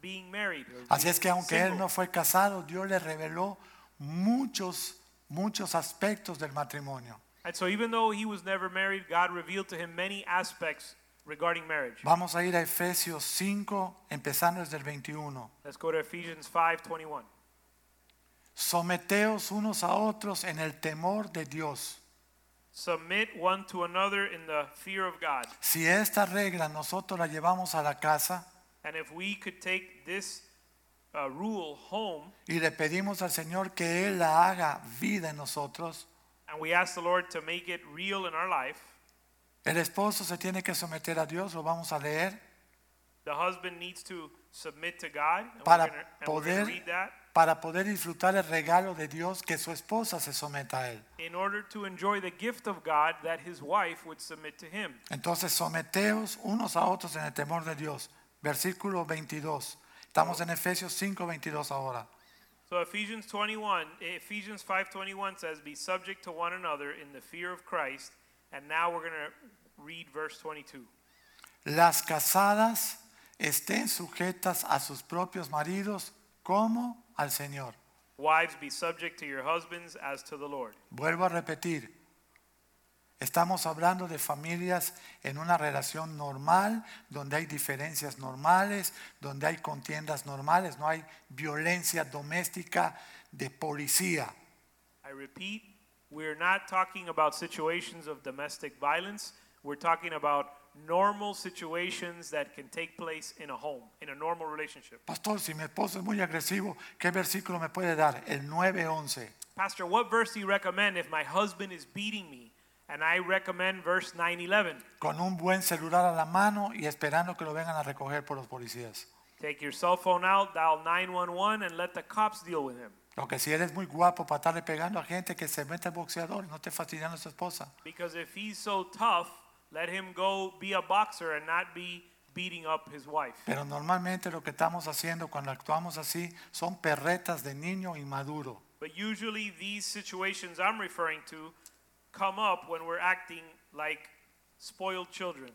S2: being married. or
S1: Así
S2: being
S1: es que aunque él
S2: single.
S1: no fue casado, Dios le reveló muchos, muchos aspectos del matrimonio.
S2: And so even though he was never married, God revealed to him many aspects regarding marriage.
S1: Vamos a ir a Efesios 5, empezando desde el 21.
S2: Let's go to Ephesians 5:21.
S1: Someteos unos a otros en el temor de Dios.
S2: Submit one to another in the fear of God.
S1: Si esta regla nosotros la llevamos a la casa
S2: And if we could take this uh, rule home
S1: y le pedimos al Señor que Él la haga vida en nosotros,
S2: and we ask the Lord to make it real in our life,
S1: el esposo se tiene que someter a Dios, lo vamos a leer,
S2: the husband needs to submit to God. And
S1: Para
S2: we're gonna- and we're going
S1: poder-
S2: to read that.
S1: para poder disfrutar el regalo de Dios que su esposa se someta a Él.
S2: In order to enjoy the gift of God that his wife would submit to him.
S1: Entonces someteos unos a otros en el temor de Dios. Versículo 22. Estamos en Efesios 5, 22 ahora.
S2: So Ephesians 21, Ephesians 5:21 says, "Be subject to one another in the fear of Christ." And now we're going to read verse 22.
S1: Las casadas estén sujetas a sus propios maridos como al Señor.
S2: Wives, be subject to your husbands as to the Lord.
S1: Vuelvo a repetir. Estamos hablando de familias en una relación normal, donde hay diferencias normales, donde hay contiendas normales, no hay violencia doméstica de policía.
S2: I repeat, we're not talking about situations of domestic violence. We're talking about normal situations that can take place in a home, in a normal relationship.
S1: Pastor, si mi esposo es muy agresivo, ¿qué versículo me puede dar? El 9:11.
S2: Pastor, what verse do you recommend if my husband is beating me? And I recommend verse 9:11.
S1: Con un buen celular a la mano y esperando que lo vengan a recoger por los policías.
S2: Take your cell phone out, dial 911, and let the cops deal with him.
S1: Lo que si eres muy guapo para estarle pegando a gente que se mete boxeador, no te fastidian a su esposa.
S2: Because if he's so tough, let him go be a boxer and not be beating up his wife.
S1: Pero normalmente lo que estamos haciendo cuando actuamos así son perretas de niño inmaduro.
S2: But usually these situations I'm referring to come up when we're acting like spoiled children.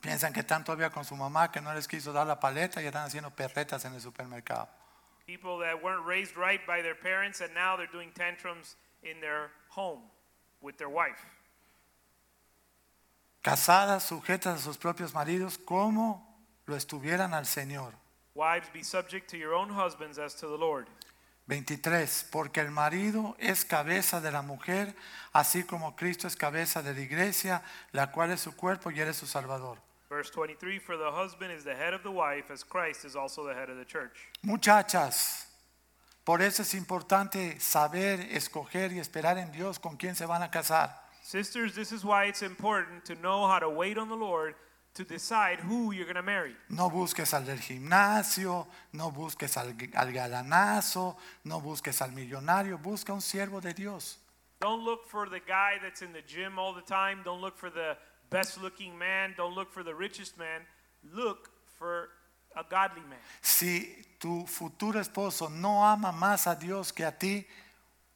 S1: Piensan que están todavía con su mamá que no les quiso dar la paleta y están haciendo perretas en el supermercado.
S2: People that weren't raised right by their parents and now they're doing tantrums in their home with their wife.
S1: Casadas, sujetas a sus propios maridos, como lo estuvieran al Señor.
S2: Wives, be subject to your own husbands as to the Lord.
S1: 23. Porque el marido es cabeza de la mujer, así como Cristo es cabeza de la iglesia, la cual es su cuerpo y él es su salvador.
S2: Verse 23 For the husband is the head of the wife, as Christ is also the head of the church.
S1: Muchachas, por eso es importante saber, escoger y esperar en Dios con quién se van a casar.
S2: Sisters, this is why it's important to know how to wait on the Lord to decide who you're going to marry.
S1: No busques al del gimnasio, no busques al, al galanazo, no busques al millonario, busca un siervo de Dios.
S2: Don't look for the guy that's in the gym all the time. Don't look for the best looking man. Don't look for the richest man. Look for a godly man.
S1: Si tu futuro esposo no ama más a Dios que a ti,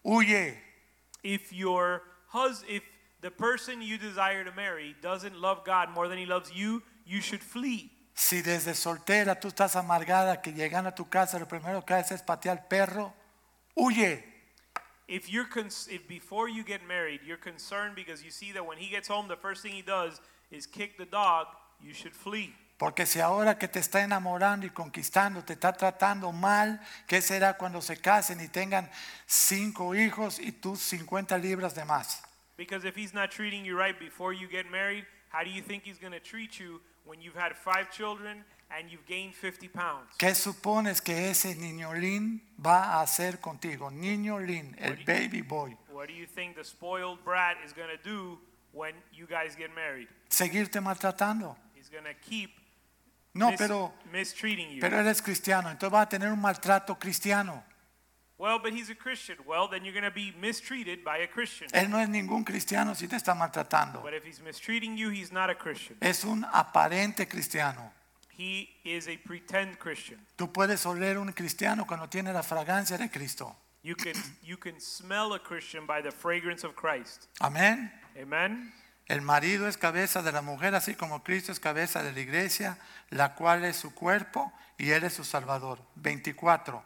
S1: huye.
S2: If your hus if the person you desire to marry doesn't love God more than he loves you, you should flee.
S1: Si desde soltera tú estás amargada que llegan a tu casa lo primero que haces es patear al perro, huye.
S2: If you're cons- if before you get married, you're concerned because you see that when he gets home, the first thing he does is kick the dog, you should flee.
S1: Porque si ahora que te está enamorando y conquistando te está tratando mal, ¿qué será cuando se casen y tengan cinco hijos y tú 50 libras de más?
S2: Because if he's not treating you right before you get married, how do you think he's going to treat you when you've had five children and you've gained 50 pounds?
S1: ¿Qué supones que ese niñolín va a hacer contigo? Niñolín, el baby boy.
S2: What do you think the spoiled brat is going to do when you guys get married?
S1: Seguirte maltratando.
S2: He's going to keep
S1: No,
S2: mis-
S1: pero,
S2: mistreating you.
S1: pero eres cristiano, entonces va a tener un maltrato cristiano.
S2: well, but he's a Christian. Well, then you're going to be mistreated by a Christian.
S1: Él no es ningún cristiano si te está maltratando.
S2: But if he's mistreating you, he's not a Christian.
S1: es un aparente cristiano.
S2: He is a pretend Christian.
S1: Tú puedes oler un cristiano cuando tiene la fragancia de Cristo.
S2: You can you can smell a Christian by the fragrance of Christ.
S1: Amén.
S2: Amen.
S1: El marido es cabeza de la mujer, así como Cristo es cabeza de la iglesia, la cual es su cuerpo y él es su salvador. 24.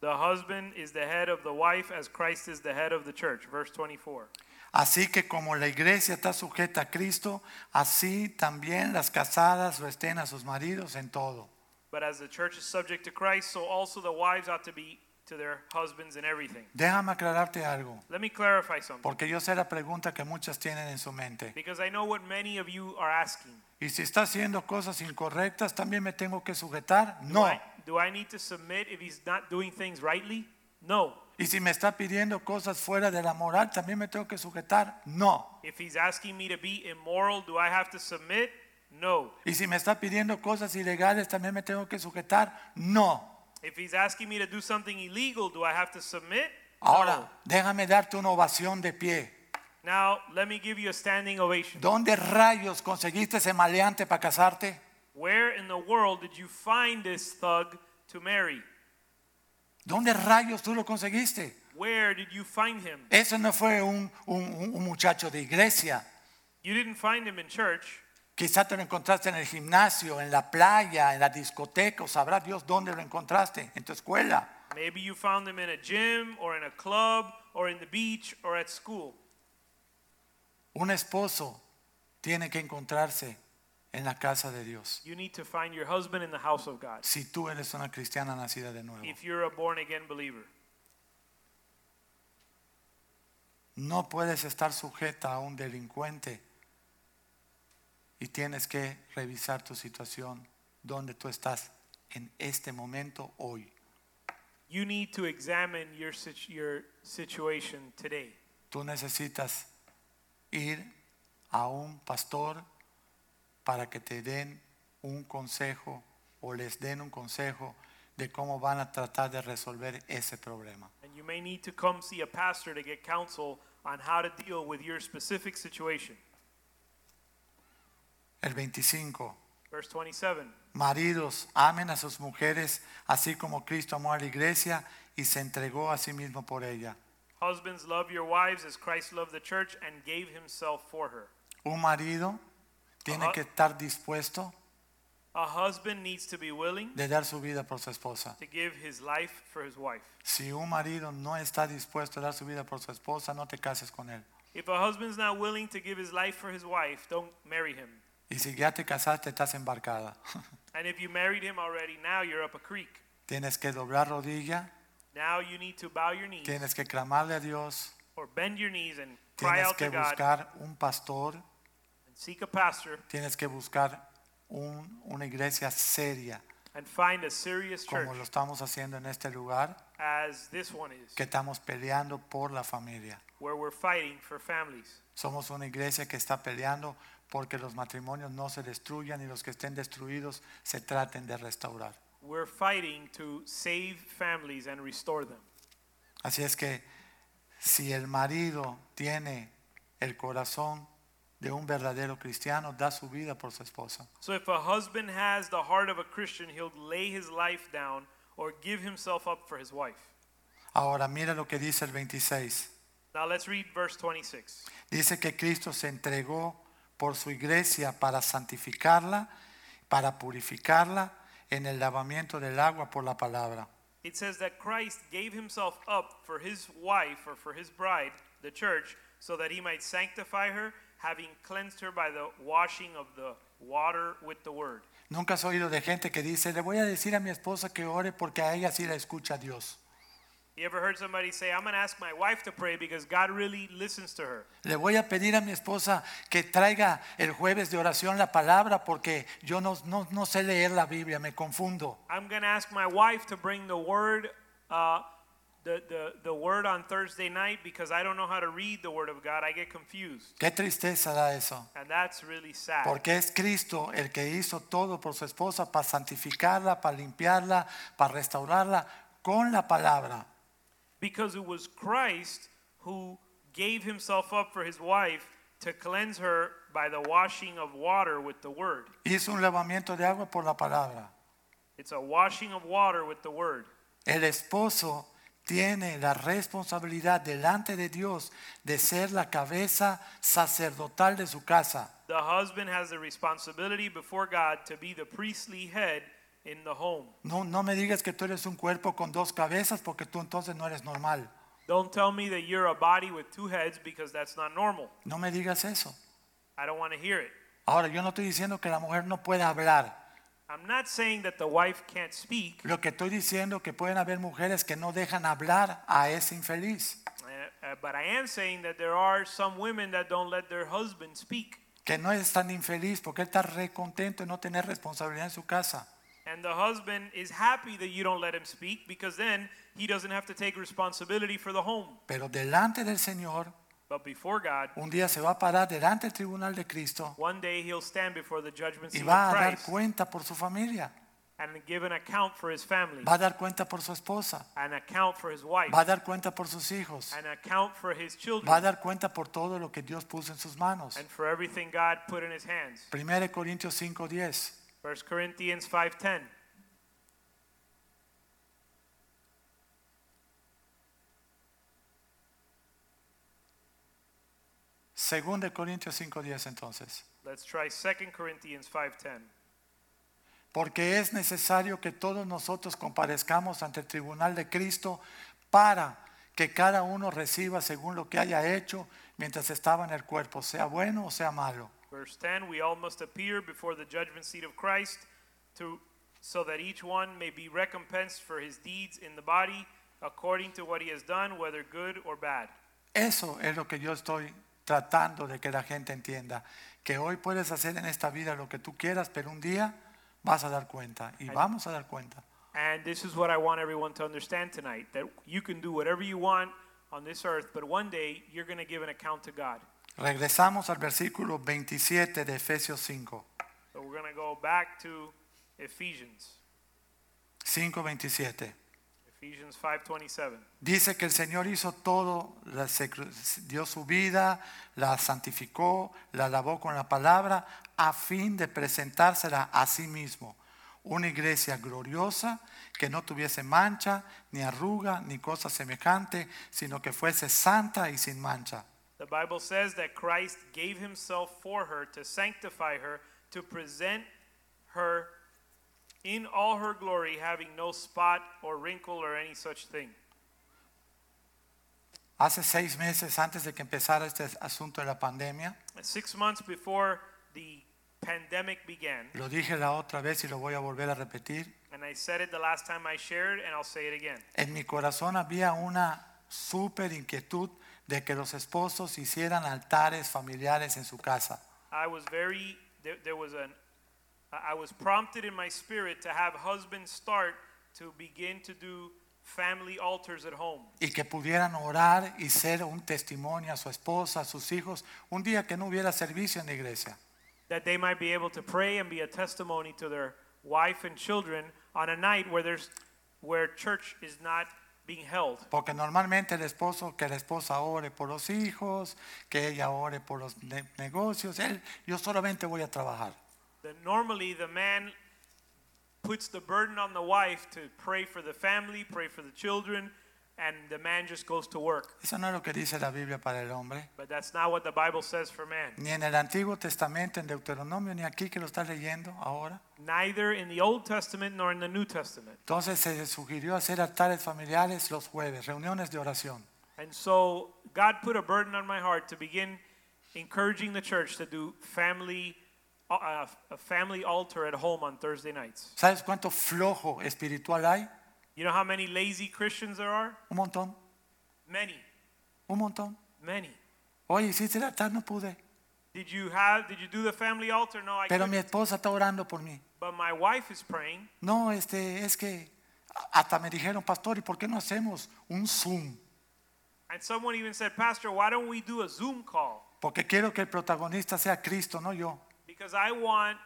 S2: The husband is the head of the wife as Christ is the head of the church. Verse 24.
S1: Así que como la iglesia está sujeta a Cristo, así también las casadas lo estén a sus maridos en todo.
S2: But as the church is subject to Christ, so also the wives ought to be to their husbands in everything.
S1: Déjame aclararte algo,
S2: Let me clarify something
S1: porque yo sé la pregunta que muchas tienen en su mente.
S2: because I know what many of you are asking.
S1: Y si está haciendo cosas incorrectas, ¿también me tengo que sujetar?
S2: Do,
S1: No.
S2: I, do I need to submit if he's not doing things rightly? No.
S1: Y si me está pidiendo cosas fuera de la moral, ¿también me tengo que sujetar? No.
S2: If he's asking me to be immoral, do I have to submit? No.
S1: Y si me está pidiendo cosas ilegales, ¿también me tengo que sujetar? No.
S2: If he's asking me to do something illegal, do I have to submit? No.
S1: Ahora, déjame darte una ovación de pie.
S2: Now, let me give you a standing ovation.
S1: ¿Dónde rayos conseguiste ese maleante para casarte?
S2: Where in the world did you find this thug to marry?
S1: ¿Dónde rayos tú lo conseguiste?
S2: Where did you find him?
S1: Ese no fue un, un- un- un muchacho de iglesia.
S2: You didn't find him in church.
S1: Quizá te lo encontraste en el gimnasio, en la playa, en la discoteca, o sabrá Dios dónde lo encontraste, en tu escuela.
S2: Maybe you found him in a gym or in a club or in the beach or at school.
S1: Un esposo tiene que encontrarse en la casa de Dios.
S2: You need to find your husband in the house of God
S1: Si tú eres una cristiana nacida de nuevo,
S2: if you're a born again believer.
S1: no puedes estar sujeta a un delincuente y tienes que revisar tu situación donde tú estás en este momento hoy.
S2: You need to examine your, situ- your situation today.
S1: Tú necesitas ir a un pastor para que te den un consejo o les den un consejo de cómo van a tratar de resolver ese problema.
S2: And you may need to come see a pastor to get counsel on how to deal with your specific situation.
S1: El 25.
S2: Verse 27.
S1: Maridos, amen a sus mujeres, así como Cristo amó a la iglesia y se entregó a sí mismo por ella.
S2: Husbands, love your wives as Christ loved the church and gave himself for her.
S1: Un marido tiene
S2: Ajá.
S1: que estar dispuesto
S2: A husband needs to be willing
S1: de dar su vida por su esposa.
S2: to give his life for his wife.
S1: Si un marido no está dispuesto a dar su vida por su esposa, no te cases con él.
S2: If a husband's not willing to give his life for his wife, don't marry him.
S1: Y si ya te casaste, estás embarcada. (laughs)
S2: And if you married him already, now you're up a creek.
S1: Tienes que doblar rodilla,
S2: Now you need to bow your knees
S1: tienes que clamarle a Dios,
S2: or bend your knees and cry
S1: tienes
S2: out
S1: que
S2: to God and
S1: buscar un pastor,
S2: seek a pastor
S1: tienes que buscar un- una iglesia seria,
S2: and find a serious church
S1: como lo estamos haciendo en este lugar.
S2: as this one is,
S1: que estamos peleando por la familia.
S2: where we're fighting for families.
S1: Somos una iglesia que está peleando porque los matrimonios no se destruyan y los que estén destruidos se traten de restaurar.
S2: We're fighting to save families and restore them.
S1: Así es que si el marido tiene el corazón de un verdadero cristiano, da su vida por su esposa.
S2: So if a husband has the heart of a Christian, he'll lay his life down or give himself up for his wife.
S1: Ahora mira lo que dice el 26.
S2: Now let's read verse 26.
S1: Dice que Cristo se entregó por su iglesia para santificarla, para purificarla en el lavamiento del agua por la palabra.
S2: It says that Christ gave himself up for his wife or for his bride, the church, so that he might sanctify her, having cleansed her by the washing of the water with the word.
S1: Nunca has oído de gente que dice, le voy a decir a mi esposa que ore porque a ella sí la escucha Dios.
S2: You ever heard somebody say, I'm going to ask my wife to pray because God really listens to her?
S1: Le voy a pedir a mi esposa que traiga el jueves de oración la palabra porque yo no, no- no sé leer la Biblia, me confundo.
S2: I'm going to ask my wife to bring the word, uh, the, the, the word on Thursday night because I don't know how to read the word of God. I get confused.
S1: Qué tristeza da eso.
S2: And that's really sad.
S1: Porque es Cristo el que hizo todo por su esposa para santificarla, para limpiarla, para restaurarla con la palabra.
S2: Because it was Christ who gave himself up for his wife to cleanse her by the washing of water with the word.
S1: Hizo un lavamiento de agua por la palabra.
S2: It's a washing of water with the word.
S1: El esposo tiene la responsabilidad delante de Dios de ser la cabeza sacerdotal de su casa.
S2: The husband has the responsibility before God to be the priestly head in the home.
S1: No, no me digas que tú eres un cuerpo con dos cabezas porque tú entonces no eres normal.
S2: Don't tell me that you're a body with two heads because that's not normal.
S1: No me digas eso.
S2: I don't want to hear it.
S1: Ahora, yo no estoy diciendo que la mujer no pueda hablar.
S2: I'm not saying that the wife can't speak.
S1: Lo que estoy diciendo es que pueden haber mujeres que no dejan hablar a ese infeliz,
S2: uh, uh, but I am saying that there are some women that don't let their husband speak.
S1: que no es tan infeliz porque él está recontento de no tener responsabilidad en su casa.
S2: And the husband is happy that you don't let him speak because then he doesn't have to take responsibility for the home.
S1: Pero delante del Señor,
S2: But before God,
S1: un día se va a parar delante del tribunal de Cristo
S2: one day he'll stand before the judgment
S1: y
S2: seat
S1: va
S2: of
S1: a dar
S2: Christ
S1: cuenta por su familia,
S2: and give an account for his family,
S1: va a dar cuenta por su esposa,
S2: an account for his wife,
S1: va a dar cuenta por sus hijos,
S2: an account for his
S1: va a
S2: children,
S1: dar cuenta por todo lo que Dios puso en sus manos.
S2: and for everything God put in his hands.
S1: 1 Corintios 5:10.
S2: 1 Corinthians 5:10.
S1: Segunda de Corintios 5:10 entonces.
S2: Let's try 2 Corinthians 5:10.
S1: Porque es necesario que todos nosotros comparezcamos ante el tribunal de Cristo para que cada uno reciba según lo que haya hecho mientras estaba en el cuerpo, sea bueno o sea malo.
S2: Verse 10, we all must appear before the judgment seat of Christ to so that each one may be recompensed for his deeds in the body according to what he has done, whether good or bad.
S1: Eso es lo que yo estoy tratando de que la gente entienda, que hoy puedes hacer en esta vida lo que tú quieras, pero un día vas a dar cuenta y vamos a dar cuenta.
S2: And this is what I want everyone to understand tonight that you can do whatever you want on this earth, but one day you're going to give an account to God.
S1: Regresamos al versículo 27 de Efesios 5.
S2: So we're going to go back to Ephesians,
S1: 5:27.
S2: Ephesians 5:27.
S1: Dice que el Señor hizo todo, la secru- dio su vida, la santificó, la lavó con la palabra, a fin de presentársela a sí mismo. Una iglesia gloriosa que no tuviese mancha, ni arruga, ni cosa semejante, sino que fuese santa y sin mancha.
S2: The Bible says that Christ gave himself for her to sanctify her, to present her in all her glory, having no spot or wrinkle or any such thing.
S1: Hace seis meses antes de que empezara este asunto de la pandemia,
S2: Six months before the pandemic began,
S1: lo dije la otra vez y lo voy a volver a repetir,
S2: and I said it the last time I shared, and I'll say it again.
S1: En mi corazón había una súper inquietud de que los esposos hicieran altares familiares en su casa.
S2: I was very, there, there was an, I I was prompted in my spirit to have husbands start to begin to do family altars at home.
S1: Y que pudieran orar y ser un testimonio a su esposa, a sus hijos, un día que no hubiera servicio en la iglesia.
S2: that they might be able to pray and be a testimony to their wife and children on a night where there's where church is not being held
S1: Porque normalmente el esposo, que la esposa ore por los hijos, que ella ore por los ne- negocios, él, yo solamente voy a trabajar.
S2: that normally the man puts the burden on the wife to pray for the family pray for the children and the man just goes to work
S1: Eso no es lo que dice la Biblia para el hombre.
S2: but that's not what the bible says for man
S1: Ni en el Antiguo Testamento, en Deuteronomio, ni aquí que lo estás leyendo ahora.
S2: neither in the old testament nor in the new testament
S1: Entonces se sugirió hacer altares familiares los jueves, reuniones de oración.
S2: and so god put a burden on my heart to begin encouraging the church to do family uh, a family altar at home on thursday nights
S1: ¿Sabes cuánto flojo espiritual hay?
S2: You know how many lazy Christians there are?
S1: Un montón,
S2: Many,
S1: un montón.
S2: many.
S1: Oye, hiciste el altar, no pude.
S2: Did you have? Did you do the family altar? No, I
S1: Pero mi
S2: couldn't.
S1: esposa está orando por mí.
S2: But my wife is praying,
S1: No, este, es que hasta me dijeron, pastor, ¿y por qué no hacemos un Zoom?
S2: and someone even said, Pastor, why don't we do a Zoom call?
S1: Porque quiero que el protagonista sea Cristo, no yo.
S2: Because I want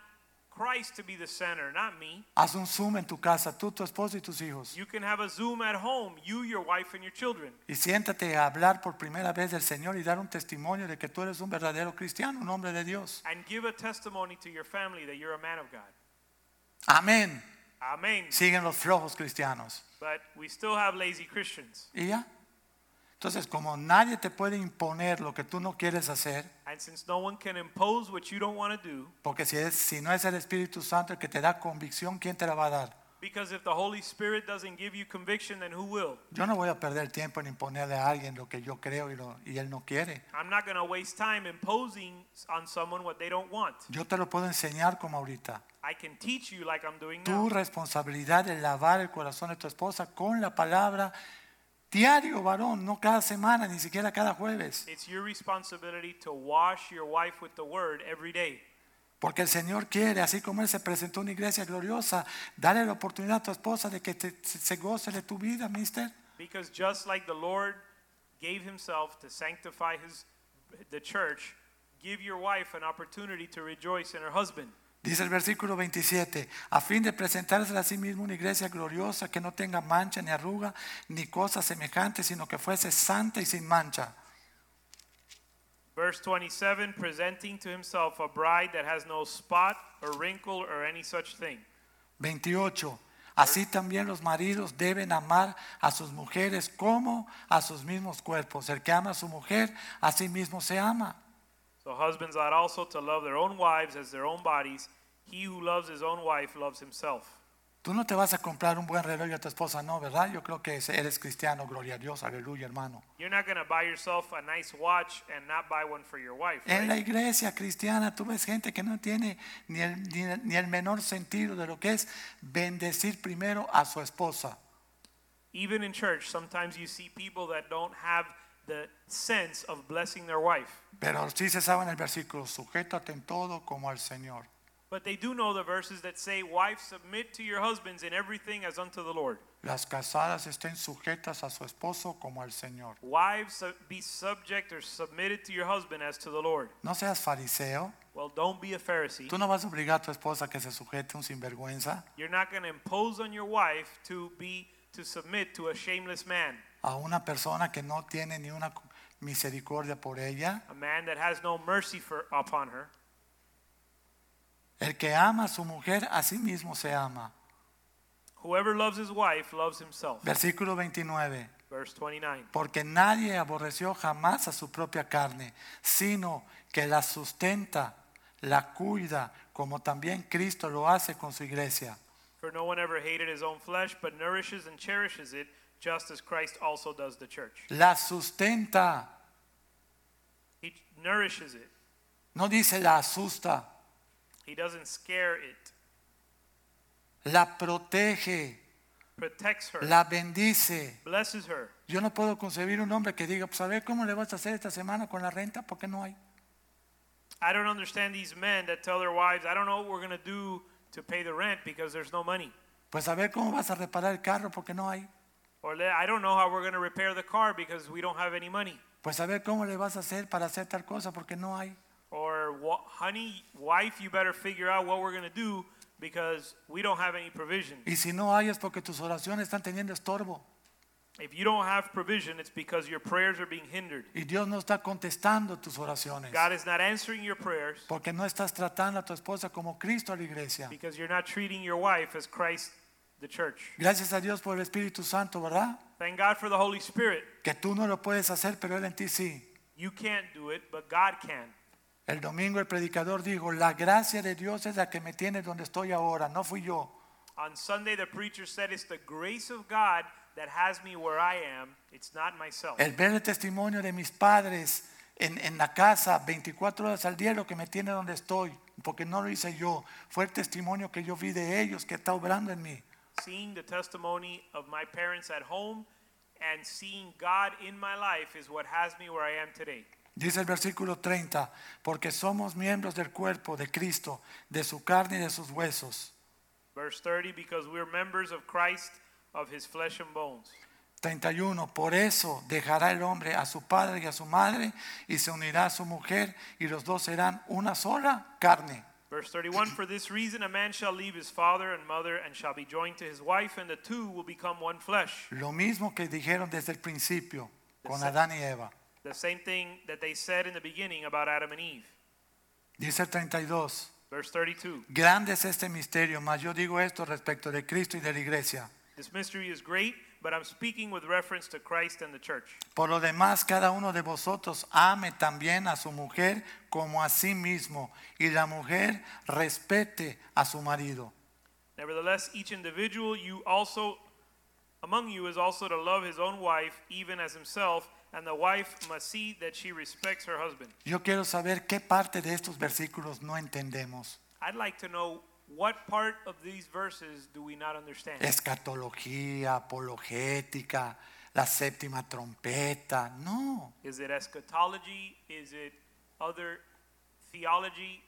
S2: Christ to be the center, not me.
S1: Haz un Zoom en tu casa, tú, tu esposo y tus hijos.
S2: You can have a Zoom at home, you, your wife, and your children,
S1: Y siéntate a hablar por primera vez del Señor y dar un testimonio de que tú eres un verdadero cristiano, un hombre de Dios.
S2: and give a testimony to your family that you're a man of God.
S1: Amén.
S2: Amén.
S1: Siguen los flojos cristianos.
S2: But we still have lazy Christians.
S1: ¿Y ya? Entonces, como nadie te puede imponer lo que tú no quieres hacer,
S2: And since no one can impose what you don't want to do,
S1: porque si, es, si no es el Espíritu Santo el que te da convicción, ¿quién te la va a dar?
S2: because if the Holy Spirit doesn't give you conviction, then who will?
S1: Yo no voy a perder tiempo en imponerle a alguien lo que yo creo y, lo- y él no quiere.
S2: I'm not going to waste time imposing on someone what they don't want.
S1: Yo te lo puedo enseñar como ahorita.
S2: I can teach you like I'm doing
S1: Tu
S2: now.
S1: responsabilidad es lavar el corazón de tu esposa con la palabra diario, varón, no cada semana, ni siquiera cada jueves.
S2: It's your responsibility to wash your wife with the word every day.
S1: Porque el Señor quiere, así como Él se presentó en una iglesia gloriosa, darle la oportunidad a tu esposa de que te- se goce de tu vida, mister.
S2: Because just like the Lord gave himself to sanctify his the church, give your wife an opportunity to rejoice in her husband.
S1: Dice el versículo 27, a fin de presentarse a sí mismo una iglesia gloriosa que no tenga mancha ni arruga ni cosa semejante, sino que fuese santa y sin mancha.
S2: Verse 27 presenting to himself a bride that has no spot or wrinkle or any such thing.
S1: 28. Así también los maridos deben amar a sus mujeres como a sus mismos cuerpos. El que ama a su mujer, a sí mismo se ama.
S2: So husbands ought also to love their own wives as their own bodies. He who loves his own wife loves himself.
S1: Tú no te vas a comprar un buen reloj a tu esposa, no, ¿verdad? Yo creo que eres cristiano, gloria a Dios, aleluya, hermano.
S2: You're not going to buy yourself a nice watch and not buy one for your wife.
S1: En la
S2: right?
S1: iglesia cristiana tú ves gente que no tiene ni el, ni el- ni el menor sentido de lo que es bendecir primero a su esposa.
S2: Even in church, sometimes you see people that don't have the sense of blessing their wife.
S1: Pero sí se sabe en el versículo, sujétate en todo como al Señor.
S2: But they do know the verses that say, Wives, submit to your husbands in everything as unto the Lord.
S1: Las casadas estén sujetas a su esposo como al Señor.
S2: Wives, su- be subject or submitted to your husband as to the Lord.
S1: No seas fariseo.
S2: Well, don't be a Pharisee.
S1: Tú no vas a obligar a tu esposa a que se sujete a un sinvergüenza,
S2: You're not going to impose on your wife to be to submit to a shameless man,
S1: a una persona que no tiene ni una misericordia por ella.
S2: a man that has no mercy for upon her.
S1: El que ama a su mujer, a sí mismo se ama.
S2: Whoever loves his wife loves himself.
S1: Versículo 29.
S2: Verse 29.
S1: Porque nadie aborreció jamás a su propia carne, sino que la sustenta, la cuida, como también Cristo lo hace con su iglesia.
S2: For no one ever hated his own flesh, but nourishes and cherishes it, just as Christ also does the church.
S1: La sustenta,
S2: He nourishes it.
S1: no dice la asusta,
S2: He doesn't scare it.
S1: la protege,
S2: Protects her.
S1: la bendice.
S2: blesses her.
S1: Yo no puedo concebir un hombre que diga, pues a ver cómo le vas a hacer esta semana con la renta, porque no hay.
S2: I don't understand these men that tell their wives, I don't know what we're going to do to pay the rent because there's no money.
S1: Pues a ver cómo vas a reparar el carro, porque no hay.
S2: Or "Le- I don't know how we're going to repair the car because we don't have any money.
S1: Pues a ver cómo le vas a hacer para hacer tal cosa, porque no hay.
S2: Or, "Wa- honey, wife, you better figure out what we're going to do because we don't have any provision.
S1: Y si no hay es porque tus oraciones están teniendo estorbo
S2: If you don't have provision, it's because your prayers are being hindered.
S1: y Dios no está contestando tus oraciones.
S2: God is not answering your prayers
S1: Porque no estás tratando a tu esposa como Cristo a la iglesia.
S2: because you're not treating your wife as Christ the church.
S1: Gracias a Dios por el Espíritu Santo, ¿verdad?
S2: Thank God for the Holy Spirit.
S1: Que tú no lo puedes hacer, pero Él en ti sí.
S2: You can't do it, but God can.
S1: El domingo el predicador dijo, la gracia de Dios es la que me tiene donde estoy ahora, no fui yo.
S2: On Sunday, the preacher said, It's the grace of God that has me where I am. It's not myself.
S1: El ver el testimonio de mis padres en, en la casa 24 horas al día es lo que me tiene donde estoy, porque no lo hice yo. Fue el testimonio que yo vi de ellos que está obrando en mí.
S2: Seeing the testimony of my parents at home and seeing God in my life is what has me where I am today.
S1: Dice el versículo 30, porque somos miembros del cuerpo de Cristo, de su carne y de sus huesos.
S2: Verse 30 Because we're members of Christ, of his flesh and bones.
S1: 31, por eso dejará el hombre a su padre y a su madre y se unirá a su mujer y los dos serán una sola carne.
S2: Verse 31 For this reason, a man shall leave his father and mother and shall be joined to his wife, and the two will become one flesh.
S1: Lo mismo que dijeron desde el principio con Adán y Eva.
S2: The same thing that they said in the beginning about Adam and Eve.
S1: Dice el 32,
S2: Verse 32.
S1: Grande es este misterio, mas yo digo esto respecto de Cristo y de la iglesia.
S2: This mystery is great, but I'm speaking with reference to Christ and the church.
S1: Por lo demás, cada uno de vosotros ame también a su mujer como a sí mismo, y la mujer respete a su marido.
S2: Nevertheless, each individual you also among you is also to love his own wife even as himself, and the wife must see that she respects her husband.
S1: Yo quiero saber qué parte de estos versículos no entendemos.
S2: I'd like to know what part of these verses do we not understand?
S1: Escatología, apologética, la séptima trompeta. No,
S2: Is it eschatology? Is it other theology?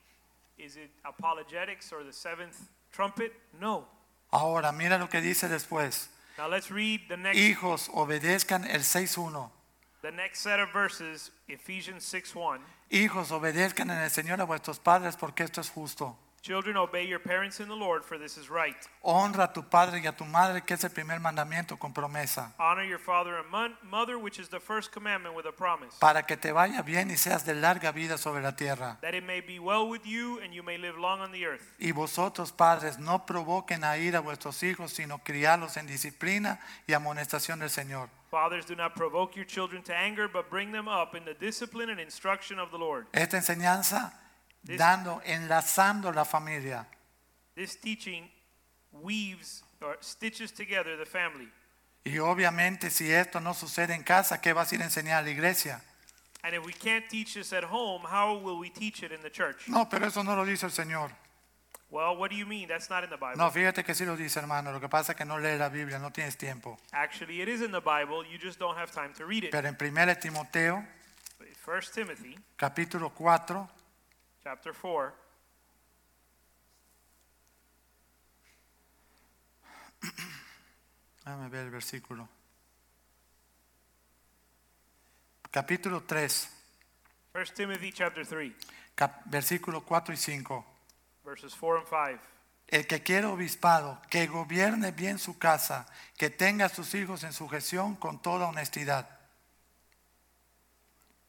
S2: Is it apologetics or the seventh trumpet? No.
S1: Ahora, mira lo que dice después.
S2: Now let's read the next
S1: Hijos, obedezcan el 6.1.
S2: the next set of verses, Ephesians 6:1.
S1: Hijos, obedezcan en el Señor a vuestros padres porque esto es justo.
S2: Children obey your parents in the Lord for this is right.
S1: Honra a tu padre y a tu madre, que es el primer mandamiento con promesa,
S2: Honor your father and mon- mother, which is the first commandment with a promise,
S1: para que te vaya bien y seas de larga vida sobre la tierra.
S2: that it may be well with you and you may live long on the earth.
S1: Y vosotros, padres, no provoquen a ir a vuestros hijos, sino criarlos en disciplina y amonestación del Señor.
S2: Fathers, do not provoke your children to anger, but bring them up in the discipline and instruction of the Lord.
S1: Esta enseñanza
S2: This-
S1: dando, enlazando la familia.
S2: This teaching weaves or stitches together the family.
S1: Y obviamente si esto no sucede en casa, ¿qué vas a ir a enseñar a la iglesia?
S2: And if we can't teach this at home, how will we teach it in the church?
S1: No, pero eso no lo dice el Señor.
S2: Well, what do you mean? That's not in the Bible.
S1: No, fíjate que sí lo dice, hermano. Lo que pasa es que no lees la Biblia, no tienes tiempo.
S2: Actually, it is in the Bible. You just don't have time to read it.
S1: Pero en 1 Timoteo,
S2: First Timothy
S1: capítulo 4,
S2: chapter 4,
S1: déjame ver el versículo. Capítulo 3,
S2: First Timothy chapter 3,
S1: cap- versículo 4 y 5.
S2: verses 4 and 5.
S1: El que quiera obispado, que gobierne bien su casa, que tenga a sus hijos en sujeción con toda honestidad.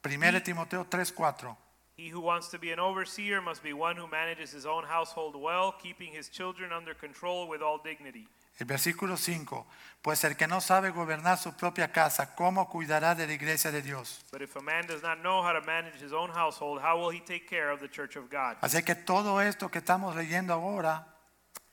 S1: 1 Timoteo 3:4.
S2: He who wants to be an overseer must be one who manages his own household well, keeping his children under control with all dignity.
S1: El versículo 5. Pues el que no sabe gobernar su propia casa, ¿cómo cuidará de la iglesia de Dios?
S2: But if a man does not know how to manage his own household, how will he take care of the church of God?
S1: Así que todo esto que estamos leyendo ahora,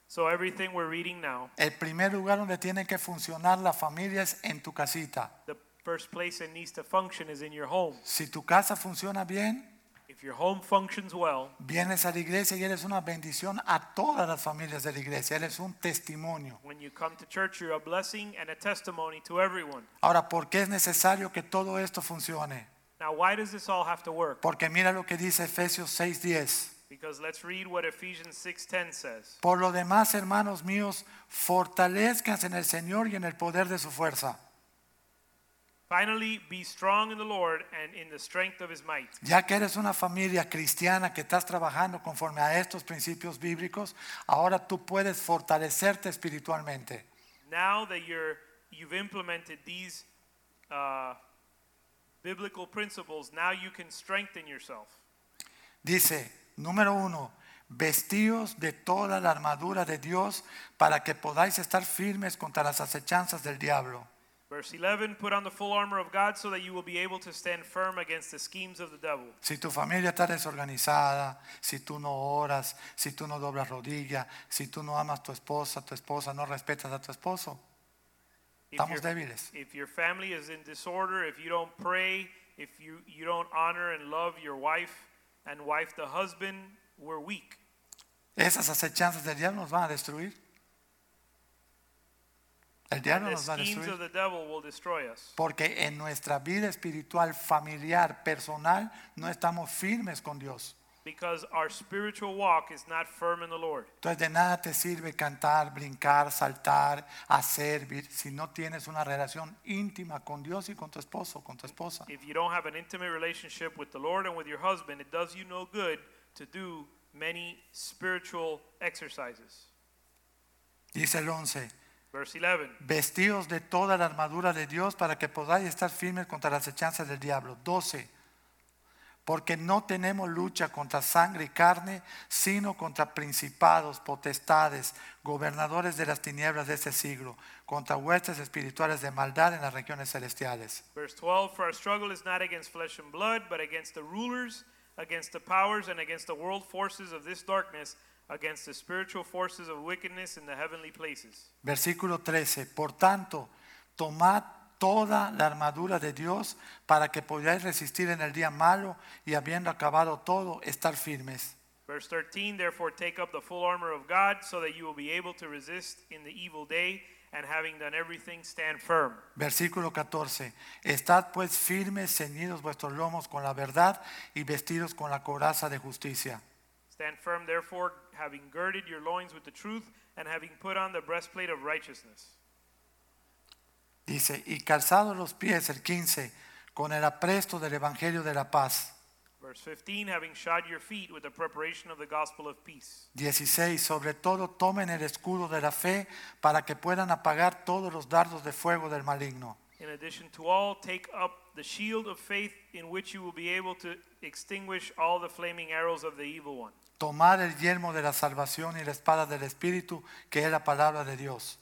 S2: So everything we're reading now,
S1: el primer lugar donde tiene que funcionar la familia es en tu casita.
S2: the first place it needs to function is in your home.
S1: Si tu casa funciona bien,
S2: If your home functions well,
S1: vienes a la iglesia y eres una bendición a todas las familias de la iglesia. Eres un testimonio.
S2: when you come to church, you're a blessing and a testimony to everyone.
S1: Ahora, ¿por qué es necesario que todo esto funcione?
S2: Now, why does this all have to work?
S1: Porque mira lo que dice Efesios 6:10.
S2: Because let's read what Ephesians 6:10 says.
S1: Por lo demás, hermanos míos, fortalezcanse en el Señor y en el poder de su fuerza.
S2: Finally, be strong in the Lord and in the strength of his might.
S1: Ya que eres una familia cristiana que estás trabajando conforme a estos principios bíblicos, ahora tú puedes fortalecerte espiritualmente.
S2: Now that you're you've implemented these uh, biblical principles, now you can strengthen yourself.
S1: Dice, número uno, vestíos de toda la armadura de Dios para que podáis estar firmes contra las acechanzas del diablo.
S2: Verse 11, put on the full armor of God so that you will be able to stand firm against the schemes of the devil.
S1: Si tu familia está desorganizada, si tú no oras, si tú no doblas rodilla, si tú no amas a tu esposa, tu esposa no respetas a tu esposo,
S2: If your-
S1: estamos débiles.
S2: if your family is in disorder, if you don't pray, if you, you don't honor and love your wife and wife the husband, we're weak.
S1: Esas acechanzas del diablo nos van a destruir. El diablo
S2: the
S1: nos va a
S2: schemes of
S1: destruir.
S2: the devil will destroy us.
S1: Porque en nuestra vida espiritual, familiar, personal, no estamos firmes con Dios.
S2: Because our spiritual walk is not firm in the Lord.
S1: Entonces de nada te sirve cantar, brincar, saltar, hacer, vir- si no tienes una relación íntima con Dios y con tu esposo, con tu esposa.
S2: If you don't have an intimate relationship with the Lord and with your husband, it does you no good to do many spiritual exercises.
S1: Dice el 11,
S2: Verse 11
S1: Vestidos de toda la armadura de Dios para que podáis estar firmes contra las hechanzas del diablo. 12. Porque no tenemos lucha contra sangre y carne, sino contra principados, potestades, gobernadores de las tinieblas de este siglo, contra huestes espirituales de maldad en las regiones celestiales.
S2: Verse 12 For our struggle is not against flesh and blood, but against the rulers, against the powers, and against the world forces of this darkness, against the spiritual forces of wickedness in the heavenly places.
S1: Versículo 13. Por tanto, tomad toda la armadura de Dios para que podáis resistir en el día malo y habiendo acabado todo, estar firmes.
S2: Verse 13 Therefore take up the full armor of God, so that you will be able to resist in the evil day, and having done everything, stand firm.
S1: Versículo 14. Estad pues firmes, ceñidos vuestros lomos con la verdad y vestidos con la coraza de justicia.
S2: Stand firm, therefore, having girded your loins with the truth, and having put on the breastplate of righteousness.
S1: Dice, y calzados los pies, el 15, con el apresto del Evangelio de la paz.
S2: Verse 15 Having shod your feet with the preparation of the gospel of peace.
S1: 16. Sobre todo tomen el escudo de la fe para que puedan apagar todos los dardos de fuego del maligno.
S2: In addition to all, take up the shield of faith, in which you will be able to extinguish all the flaming arrows of the evil one.
S1: Tomar el yelmo de la salvación y la espada del Espíritu, que es la palabra de Dios.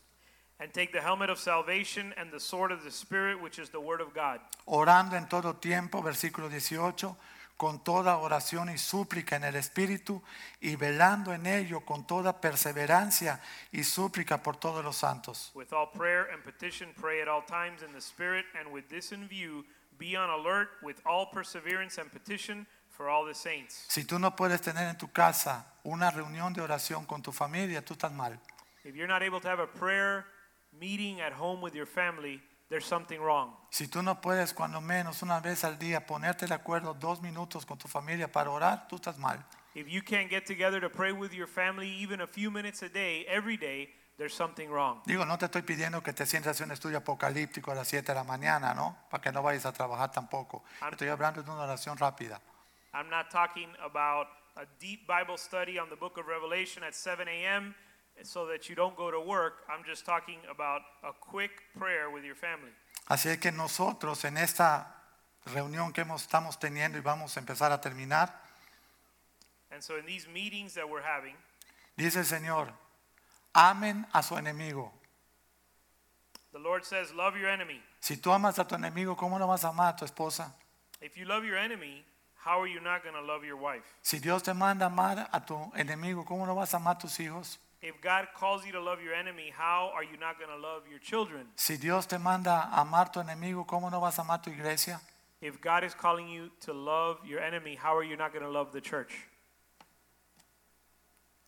S2: And take the helmet of salvation and the sword of the Spirit, which is the word of God.
S1: Orando en todo tiempo, versículo 18, con toda oración y súplica en el Espíritu, y velando en ello con toda perseverancia y súplica por todos los santos.
S2: With all prayer and petition, pray at all times in the Spirit, and with this in view, be on alert with all perseverance and petition for all the saints.
S1: Si tú no puedes tener en tu casa una reunión de oración con tu familia, tú estás mal.
S2: If you're not able to have a prayer meeting at home with your family, there's something wrong.
S1: Si tú no puedes, cuando menos una vez al día, ponerte de acuerdo dos minutos con tu familia para orar, tú estás mal.
S2: If you can't get together to pray with your family even a few minutes a day, every day, there's something wrong.
S1: Digo, no te estoy pidiendo que te sientas en un estudio apocalíptico a las 7 de la mañana, ¿no? Para que no vayas a trabajar tampoco. Estoy hablando de una oración rápida.
S2: I'm not talking about a deep Bible study on the book of Revelation at 7 a.m. so that you don't go to work. I'm just talking about a quick prayer with your family.
S1: Así es que nosotros en esta reunión que hemos- estamos teniendo y vamos a empezar a terminar,
S2: And so, in these meetings that we're having,
S1: dice el Señor, amen a su enemigo.
S2: the Lord says, Love your enemy.
S1: Si tú amas a tu enemigo, ¿cómo lo vas a amar a tu esposa?
S2: If you love your enemy, how are you not going to love your wife?
S1: Si Dios te manda a amar a tu enemigo, ¿cómo no vas a amar a tus hijos?
S2: If God calls you to love your enemy, how are you not going to love your children?
S1: Si Dios te manda a amar a tu enemigo, ¿cómo no vas a amar a tu iglesia?
S2: If God is calling you to love your enemy, how are you not going to love the church?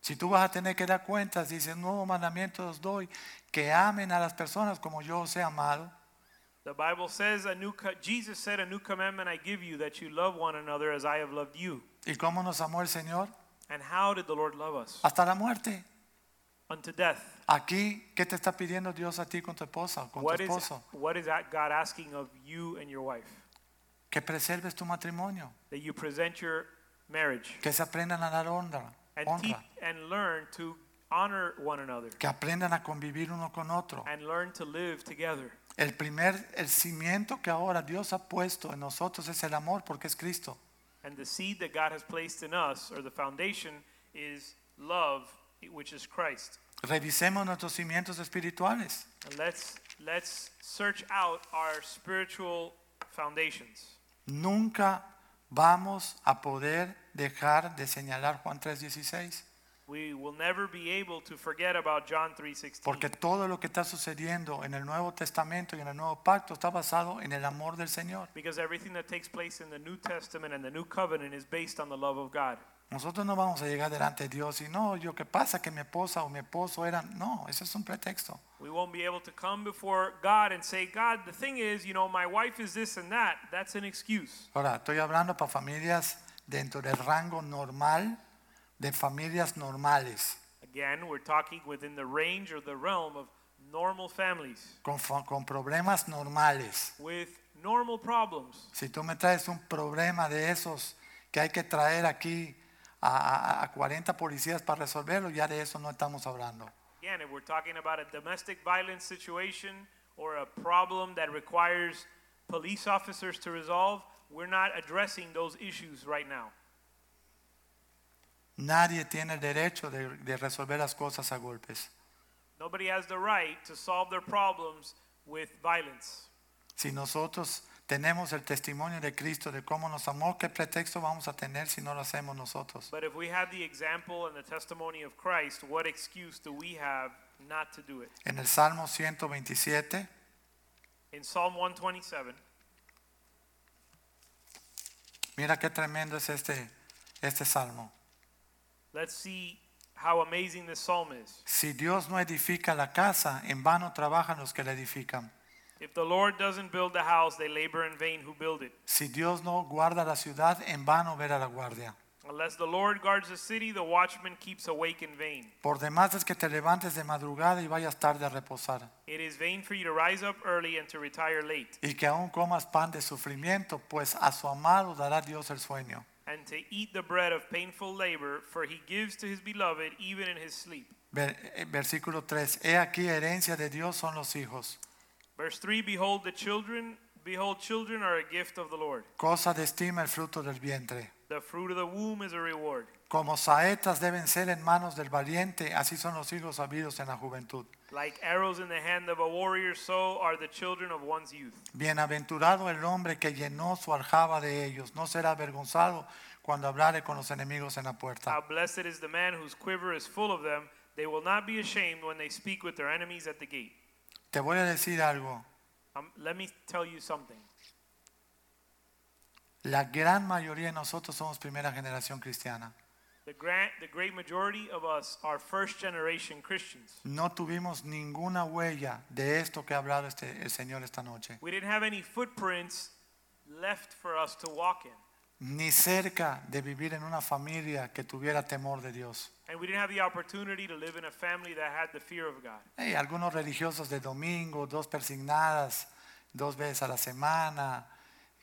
S1: Si tú vas a tener que dar cuentas, dice, nuevo mandamiento os doy, que amen a las personas como yo os he amado.
S2: The Bible says a new co- Jesus said a new commandment I give you that you love one another as I have loved you.
S1: ¿Y cómo nos amó el Señor?
S2: And how did the Lord love us?
S1: Hasta la muerte.
S2: Unto death.
S1: Aquí, ¿qué te está pidiendo Dios a ti con tu esposa, con
S2: What
S1: tu
S2: is,
S1: esposo?
S2: what is that God asking of you and your wife?
S1: Que preserves tu matrimonio,
S2: That you present your marriage
S1: que se aprendan a dar honra,
S2: and teach
S1: honra,
S2: and learn to honor one another
S1: que aprendan a convivir uno con otro.
S2: and learn to live together.
S1: El primer, el cimiento que ahora Dios ha puesto en nosotros es el amor, porque es Cristo.
S2: And the seed that God has placed in us, or the foundation, is love, which is Christ.
S1: Revisemos nuestros cimientos espirituales.
S2: And let's let's search out our spiritual foundations.
S1: Nunca vamos a poder dejar de señalar Juan 3:16,
S2: We will never be able to forget about John 3:16
S1: porque todo lo que está sucediendo en el Nuevo Testamento y en el Nuevo Pacto está basado en el amor del Señor.
S2: because everything that takes place in the New Testament and the New Covenant is based on the love of God.
S1: Nosotros no vamos a llegar delante de Dios y no, yo qué pasa que mi esposa o mi esposo eran, no, eso es un pretexto.
S2: We won't be able to come before God and say, God, the thing is, you know, my wife is this and that. That's an excuse.
S1: Ahora, estoy hablando para familias dentro del rango normal de familias normales,
S2: Again, we're talking within the range or the realm of normal families
S1: con, fa- con problemas normales.
S2: with normal problems.
S1: Si tú me traes un problema de esos que hay que traer aquí a, a- a 40 policías para resolverlo, ya de eso no estamos hablando.
S2: Again, if we're talking about a domestic violence situation or a problem that requires police officers to resolve, We're not addressing those issues right now.
S1: Nadie tiene el derecho de, de resolver las cosas a golpes.
S2: Nobody has the right to solve their problems with violence.
S1: Si nosotros tenemos el testimonio de Cristo de cómo nos amó, ¿qué pretexto vamos a tener si no lo hacemos nosotros?
S2: But if we have the example and the testimony of Christ, what excuse do we have not to do it?
S1: En el Salmo 127,
S2: In Psalm 127,
S1: mira qué tremendo es este, este salmo.
S2: let's see how amazing this psalm is.
S1: Si Dios no edifica la casa, en vano trabajan los que la edifican.
S2: If the Lord doesn't build the house, they labor in vain who build it.
S1: Si Dios no guarda la ciudad, en vano verá la guardia.
S2: Unless the Lord guards the city, the watchman keeps awake in vain.
S1: Por demás es que te levantes de madrugada y vayas tarde a reposar,
S2: It is vain for you to rise up early and to retire late,
S1: y que aún comas pan de sufrimiento, pues a su amado dará Dios el sueño.
S2: and to eat the bread of painful labor, for he gives to his beloved even in his sleep.
S1: Ver- eh, Versículo 3. He aquí herencia de Dios son los hijos,
S2: Verse 3 Behold, the children, behold, children are a gift of the Lord.
S1: cosa de estima el fruto del vientre.
S2: The fruit of the womb is a reward.
S1: Como saetas deben ser en manos del valiente, así son los hijos habidos en la juventud.
S2: Like arrows in the hand of a warrior, so are the children of one's youth.
S1: Bienaventurado el hombre que llenó su aljaba de ellos, no será avergonzado cuando hablare con los enemigos en la puerta.
S2: How blessed is the man whose quiver is full of them. They will not be ashamed when they speak with their enemies at the gate.
S1: Te voy a decir algo,
S2: Um, let me tell you something.
S1: la gran mayoría de nosotros somos primera generación cristiana.
S2: The, grand, the great majority of us are first generation Christians.
S1: No tuvimos ninguna huella de esto que ha hablado este- el Señor esta noche,
S2: We didn't have any footprints left for us to walk in.
S1: ni cerca de vivir en una familia que tuviera temor de Dios.
S2: And we didn't have the opportunity to live in a family that had the fear of God.
S1: Hey, algunos religiosos de domingo, dos persignadas, dos veces a la semana,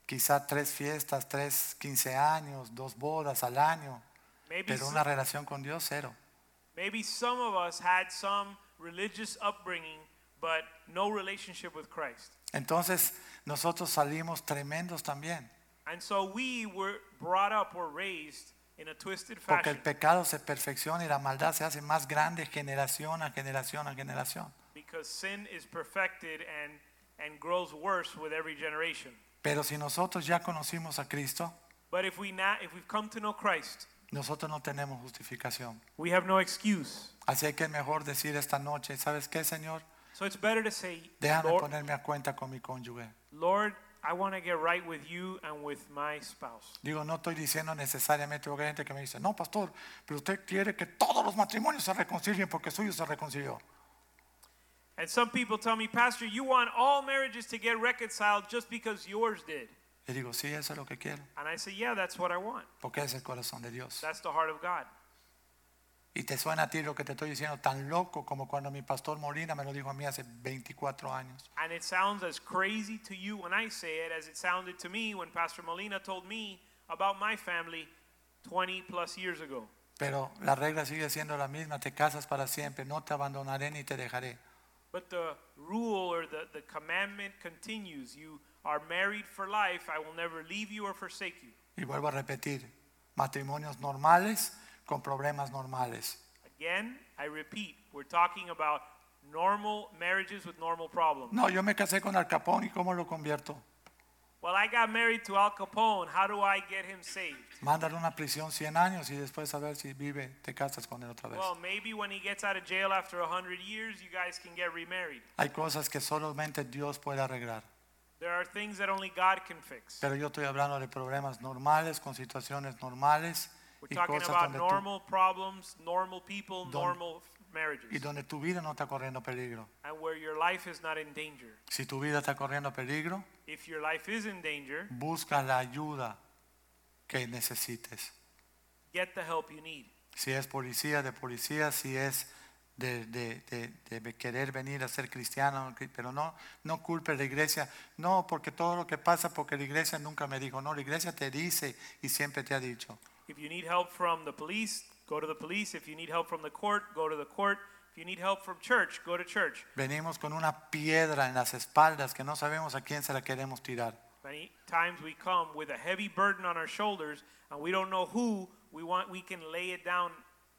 S1: quizá tres fiestas, tres quince años, dos bodas al año,
S2: Maybe
S1: pero
S2: some,
S1: una relación con Dios cero.
S2: maybe some of us had some religious upbringing, but no relationship with Christ.
S1: Entonces nosotros salimos tremendos también,
S2: And so we were brought up or raised in a twisted
S1: porque
S2: fashion
S1: el pecado se perfecciona y la maldad se hace más grande generación a generación a generación.
S2: because sin is perfected and, and grows worse with every generation.
S1: Pero si nosotros ya conocimos a Cristo,
S2: But if we not, if we've come to know Christ,
S1: nosotros no tenemos justificación.
S2: we have no excuse.
S1: Así que es mejor decir esta noche, ¿sabes qué, Señor?
S2: So it's better to say,
S1: Déjame
S2: Lord,
S1: ponerme a cuenta con mi cónyuge.
S2: Lord, I want to get right with you and with my spouse.
S1: Digo, no estoy diciendo necesariamente, porque hay gente que me dice, no, pastor, pero usted quiere que todos los matrimonios se reconcilien porque suyo se reconcilió.
S2: And some people tell me, Pastor, you want all marriages to get reconciled just because yours did.
S1: Le digo, sí, eso es lo que quiero,
S2: And I say, Yeah, that's what I want.
S1: porque es el corazón de Dios.
S2: That's the heart of God.
S1: Y te suena a ti lo que te estoy diciendo tan loco como cuando mi pastor Molina me lo dijo a mí hace 24 años.
S2: And it sounds as crazy to you when I say it as it sounded to me when Pastor Molina told me about my family 20 plus years ago.
S1: Pero la regla sigue siendo la misma, te casas para siempre, no te abandonaré ni te dejaré.
S2: But the rule or the, the commandment continues you are married for life, I will never leave you or forsake you.
S1: Y vuelvo a repetir, matrimonios normales con problemas normales.
S2: Again, I repeat, we're talking about normal marriages with normal problems.
S1: No, yo me casé con Al Capón y ¿cómo lo convierto?
S2: Well, I got married to Al Capone. How do I get him saved?
S1: Mándalo a una prisión 100 años y después a ver si vive, te casas con él otra vez.
S2: Well, maybe when he gets out of jail after 100 years, you guys can get remarried.
S1: Hay cosas que solamente Dios puede arreglar,
S2: There are things that only God can fix.
S1: pero yo estoy hablando de problemas normales, con situaciones normales
S2: We're
S1: y
S2: talking
S1: cosas
S2: about
S1: donde tú,
S2: normal problems, normal people,
S1: Don-
S2: normal f-
S1: y
S2: marriages,
S1: donde tu vida no está corriendo peligro.
S2: and where your life is not in danger.
S1: Si tu vida está corriendo peligro,
S2: If your life is in danger,
S1: busca la ayuda que necesites.
S2: get the help you need.
S1: Si es policía, de policía, si es de, de- de- de querer venir a ser cristiano, pero no, no culpe a la iglesia. No, porque todo lo que pasa, porque la iglesia nunca me dijo. No, la iglesia te dice y siempre te ha dicho.
S2: If you need help from the police, go to the police. If you need help from the court, go to the court. If you need help from church, go to church.
S1: Venimos con una piedra en las espaldas que no sabemos a quién se la queremos tirar.
S2: Many times we come with a heavy burden on our shoulders and we don't know who we want we can lay it down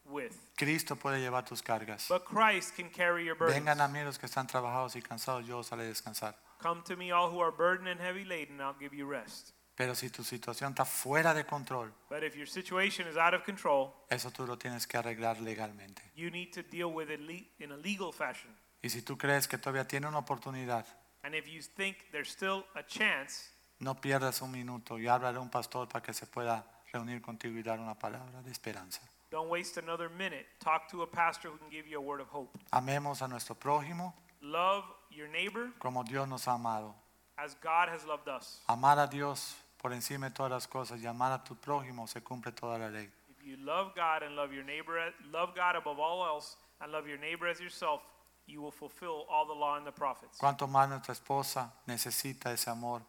S2: with.
S1: Cristo puede llevar tus cargas.
S2: But Christ can carry your burdens.
S1: Vengan a mí los que están trabajados y cansados, yo os haré descansar.
S2: Come to me all who are burdened and heavy laden, I'll give you rest.
S1: Pero si tu situación está fuera de control,
S2: But if your situation is out of control,
S1: eso tú lo tienes que arreglar legalmente.
S2: you need to deal with it le- in a legal fashion.
S1: Y si tú crees que todavía tiene una oportunidad,
S2: And if you think there's still a chance,
S1: no pierdas un minuto. Yo hablaré a un pastor para que se pueda reunir contigo y dar una palabra de esperanza.
S2: don't waste another minute. Talk to a pastor who can give you a word of hope.
S1: Amemos a nuestro prójimo
S2: Love your neighbor
S1: como Dios nos ha amado.
S2: as God has loved us.
S1: Amar a Dios por encima de todas las cosas y amar a tu prójimo se cumple toda la ley.
S2: If you love God and love your neighbor, love God above all else and love your neighbor as yourself, you will fulfill all the law and the prophets.
S1: Cuanto más nuestra esposa necesita ese amor,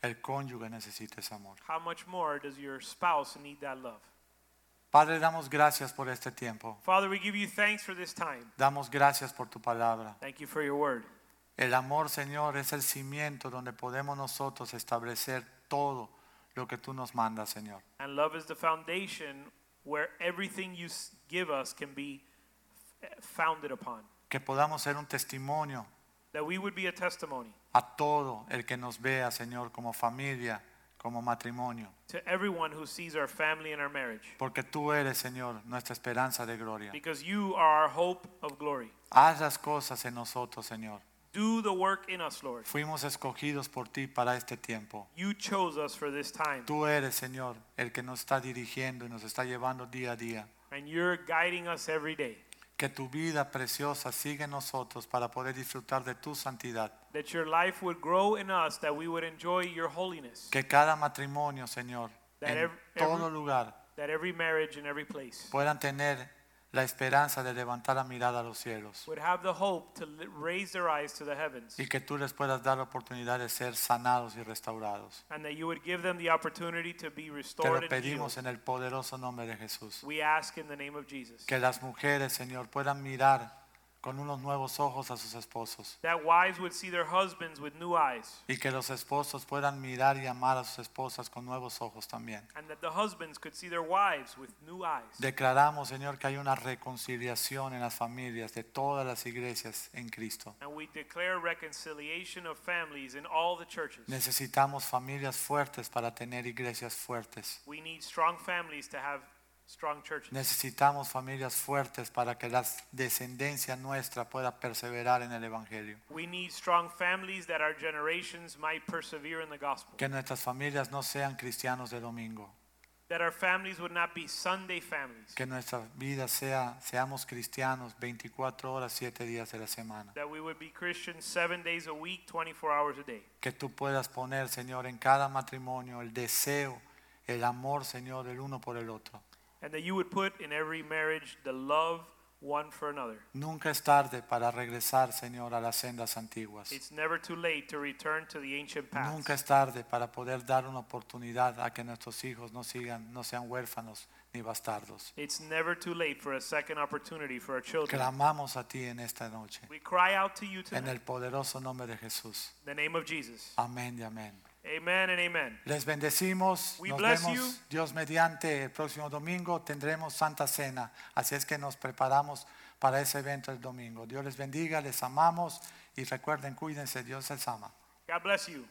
S1: el cónyuge necesita ese amor.
S2: How much more does your spouse need that love?
S1: Padre, damos gracias por este tiempo.
S2: Father, we give you thanks for this time.
S1: Damos gracias por tu palabra.
S2: Thank you for your word.
S1: El amor, Señor, es el cimiento donde podemos nosotros establecer todo lo que tú nos mandas, Señor.
S2: And love is the foundation where everything you s- give us can be f- founded upon.
S1: Que podamos ser un testimonio
S2: That we would be a testimony
S1: a todo el que nos vea, Señor, como familia, como matrimonio.
S2: to everyone who sees our family and our marriage.
S1: Porque tú eres, Señor, nuestra esperanza de gloria.
S2: Because you are our hope of glory.
S1: Haz las cosas en nosotros, Señor.
S2: Do the work in us, Lord.
S1: Fuimos escogidos por ti para este tiempo.
S2: You chose us for this time.
S1: Tú eres, Señor, el que nos está dirigiendo y nos está llevando día a día.
S2: and you're guiding us every day.
S1: Que tu vida preciosa siga en nosotros para poder disfrutar de tu santidad.
S2: That your life would grow in us, that we would enjoy your holiness.
S1: Que cada matrimonio, Señor,
S2: That
S1: en
S2: every-
S1: todo
S2: every-
S1: lugar
S2: That every marriage and every place
S1: puedan tener la esperanza de levantar la mirada a los cielos
S2: would have the hope to li- raise their eyes to the heavens.
S1: y que tú les puedas dar la oportunidad de ser sanados y restaurados.
S2: And that you would give them the opportunity to be
S1: Te
S2: restored
S1: lo
S2: and healed.
S1: pedimos en el poderoso nombre de Jesús.
S2: We ask in the name of Jesus.
S1: Que las mujeres, Señor, puedan mirar con unos nuevos ojos a sus esposos
S2: That wives would see their husbands with new eyes.
S1: y que los esposos puedan mirar y amar a sus esposas con nuevos ojos también.
S2: And that the husbands could see their wives with new eyes.
S1: Declaramos, Señor, que hay una reconciliación en las familias de todas las iglesias en Cristo.
S2: And we declare reconciliation of families in all the churches.
S1: Necesitamos familias fuertes para tener iglesias fuertes.
S2: We need strong families to have strong churches.
S1: Necesitamos familias fuertes para que la descendencia nuestra pueda perseverar en el Evangelio.
S2: We need strong families that our generations might persevere in the gospel.
S1: Que nuestras familias no sean cristianos de domingo.
S2: That our families would not be Sunday families.
S1: Que nuestra vida sea, seamos cristianos 24 horas, 7 días de la semana.
S2: That we would be Christians seven days a week, 24 hours a day.
S1: Que tú puedas poner, Señor, en cada matrimonio el deseo, el amor, Señor, el uno por el otro.
S2: And that you would put in every marriage the love one for another.
S1: Nunca es tarde para regresar, Señor, a las sendas antiguas.
S2: It's never too late to return to the ancient
S1: Nunca
S2: paths.
S1: es tarde para poder dar una oportunidad a que nuestros hijos no sigan, no sean huérfanos ni bastardos.
S2: It's never too late for a second opportunity for our children.
S1: Clamamos a ti en esta noche,
S2: We cry out to you
S1: en
S2: tonight in
S1: el poderoso nombre de Jesús.
S2: the name of Jesus.
S1: Amén y amén.
S2: Amen and amen.
S1: Les bendecimos.
S2: We
S1: Nos
S2: bless
S1: vemos
S2: you.
S1: Dios mediante el próximo domingo tendremos Santa Cena, así es que nos preparamos para ese evento el domingo. Dios les bendiga, les amamos y recuerden, cuídense, Dios les ama.
S2: God bless you.